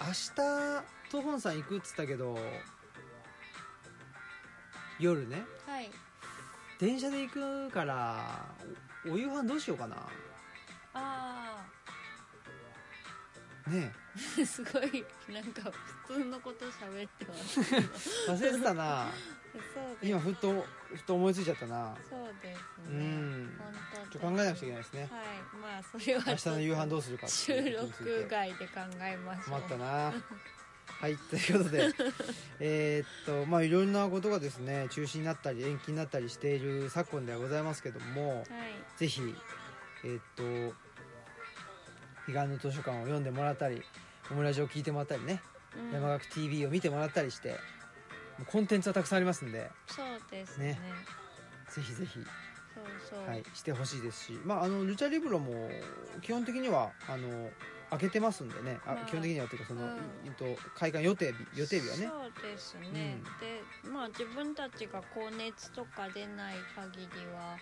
Speaker 1: 明日東本さん行くっつったけど夜ね
Speaker 2: はい
Speaker 1: 電車で行くからおお夕飯どうしようかな
Speaker 2: あ
Speaker 1: ね
Speaker 2: ー すごいなんか普通のこと喋って ますけどそう
Speaker 1: え忘れてた な
Speaker 2: です
Speaker 1: 今ふとふと思いついちゃったな
Speaker 2: そうです
Speaker 1: う
Speaker 2: ね
Speaker 1: ん
Speaker 2: 本
Speaker 1: ち
Speaker 2: 当
Speaker 1: ょっと考えなくちゃいけないですね
Speaker 2: はいまあそれは
Speaker 1: 明日の夕飯どうするかって
Speaker 2: 収
Speaker 1: いうことについて
Speaker 2: 録外で考えましょう
Speaker 1: 困ったなはいということでえーっとまあいろんなことがですね中止になったり延期になったりしている昨今ではございますけども
Speaker 2: はい
Speaker 1: ぜひえーっと彼岸の図書館を読んでもらったりオムラジを聞いてもらったりね、
Speaker 2: うん
Speaker 1: 山岳 TV を見てもらったりしてもうコンテンツはたくさんありますんで
Speaker 2: そうですね
Speaker 1: ねぜひぜひ
Speaker 2: そうそう、
Speaker 1: はい、してほしいですし、まあ、あのルチャリブロも基本的にはあの開けてますんでね、あ
Speaker 2: まあ
Speaker 1: 基本的にはというかその、
Speaker 2: うん
Speaker 1: えっと、開館予定日予定日はね
Speaker 2: そうですね、でまあ自分たちが高熱とか出ない限りは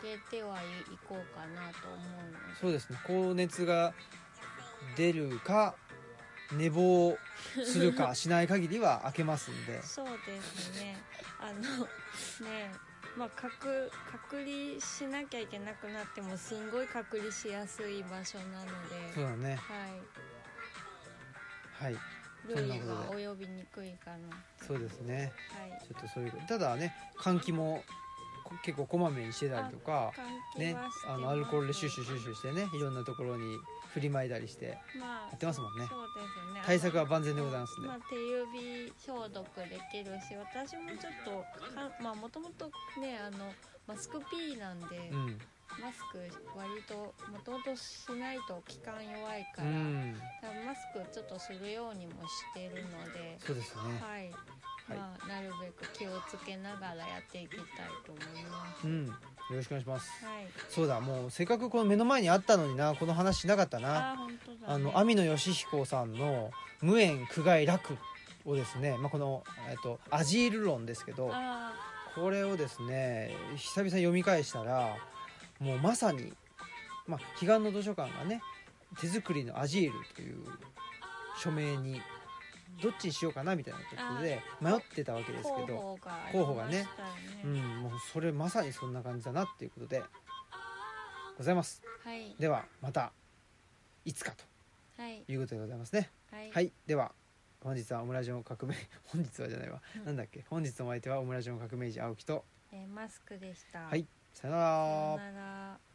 Speaker 2: 開けてはいいこうかなと思うので
Speaker 1: そうですね高熱が出るか寝坊するかしない限りは開けますんで
Speaker 2: そうですねあのねまあ、隔隔離しなきゃいけなくなってもすんごい隔離しやすい場所なの
Speaker 1: そ
Speaker 2: で、
Speaker 1: うだね
Speaker 2: は
Speaker 1: はい
Speaker 2: い、
Speaker 1: そ
Speaker 2: ル
Speaker 1: ん
Speaker 2: イ
Speaker 1: なことで
Speaker 2: が及びにくいかな
Speaker 1: そうですね
Speaker 2: はい
Speaker 1: ちょっとそういうただね換気もこ結構こまめにしてたりとか
Speaker 2: 換気
Speaker 1: ね
Speaker 2: はして
Speaker 1: あのアルコールでシュッシュッシュッシュしてねいろんなところに振りまいたりして
Speaker 2: まあ、
Speaker 1: やってますもんね
Speaker 2: そうですね
Speaker 1: 対策は万全でございますんで
Speaker 2: まあ、手指消毒できるし私もちょっとかまあもともとねあのマスク P なんで、
Speaker 1: うん
Speaker 2: マスク割ともともとしないと気管弱いか
Speaker 1: う
Speaker 2: ら、
Speaker 1: ん
Speaker 2: だからマスクちょっとするようにもしてるので、
Speaker 1: そうですね
Speaker 2: はい、
Speaker 1: はい
Speaker 2: まあなるべく気をつけながらやっていきたいと思いま
Speaker 1: うんよろしくお願いします
Speaker 2: す。はい、
Speaker 1: そうだもうせっかくこの目の前にあったのになこの話しなかったな
Speaker 2: あー本当だ、ね、
Speaker 1: あの網野義彦さんの「無縁苦害楽」をですね、まあ、この、えっと、アジール論ですけど
Speaker 2: あ
Speaker 1: これをですね久々読み返したらもうまさに、まあ、彼岸の図書館がね手作りのアジールという署名にどっちにしようかなみたいなことで迷ってたわけ
Speaker 2: ー
Speaker 1: です
Speaker 2: 候
Speaker 1: けど、
Speaker 2: 補があり
Speaker 1: 候補が
Speaker 2: ま
Speaker 1: ね
Speaker 2: したよね
Speaker 1: うん、もうそれまさにそんな感じだなっていうことでございます。
Speaker 2: はい
Speaker 1: ではまたいつか
Speaker 2: はい
Speaker 1: ということでございますね。
Speaker 2: はい
Speaker 1: はい、では本日はオムラジオ革命 本日はじゃないわ、
Speaker 2: うん
Speaker 1: なんだっけ本日のお相手はオムラジオ革命児青木と
Speaker 2: えーマスクでした。
Speaker 1: はいさよ
Speaker 2: さよ
Speaker 1: な
Speaker 2: う
Speaker 1: ら
Speaker 2: なら。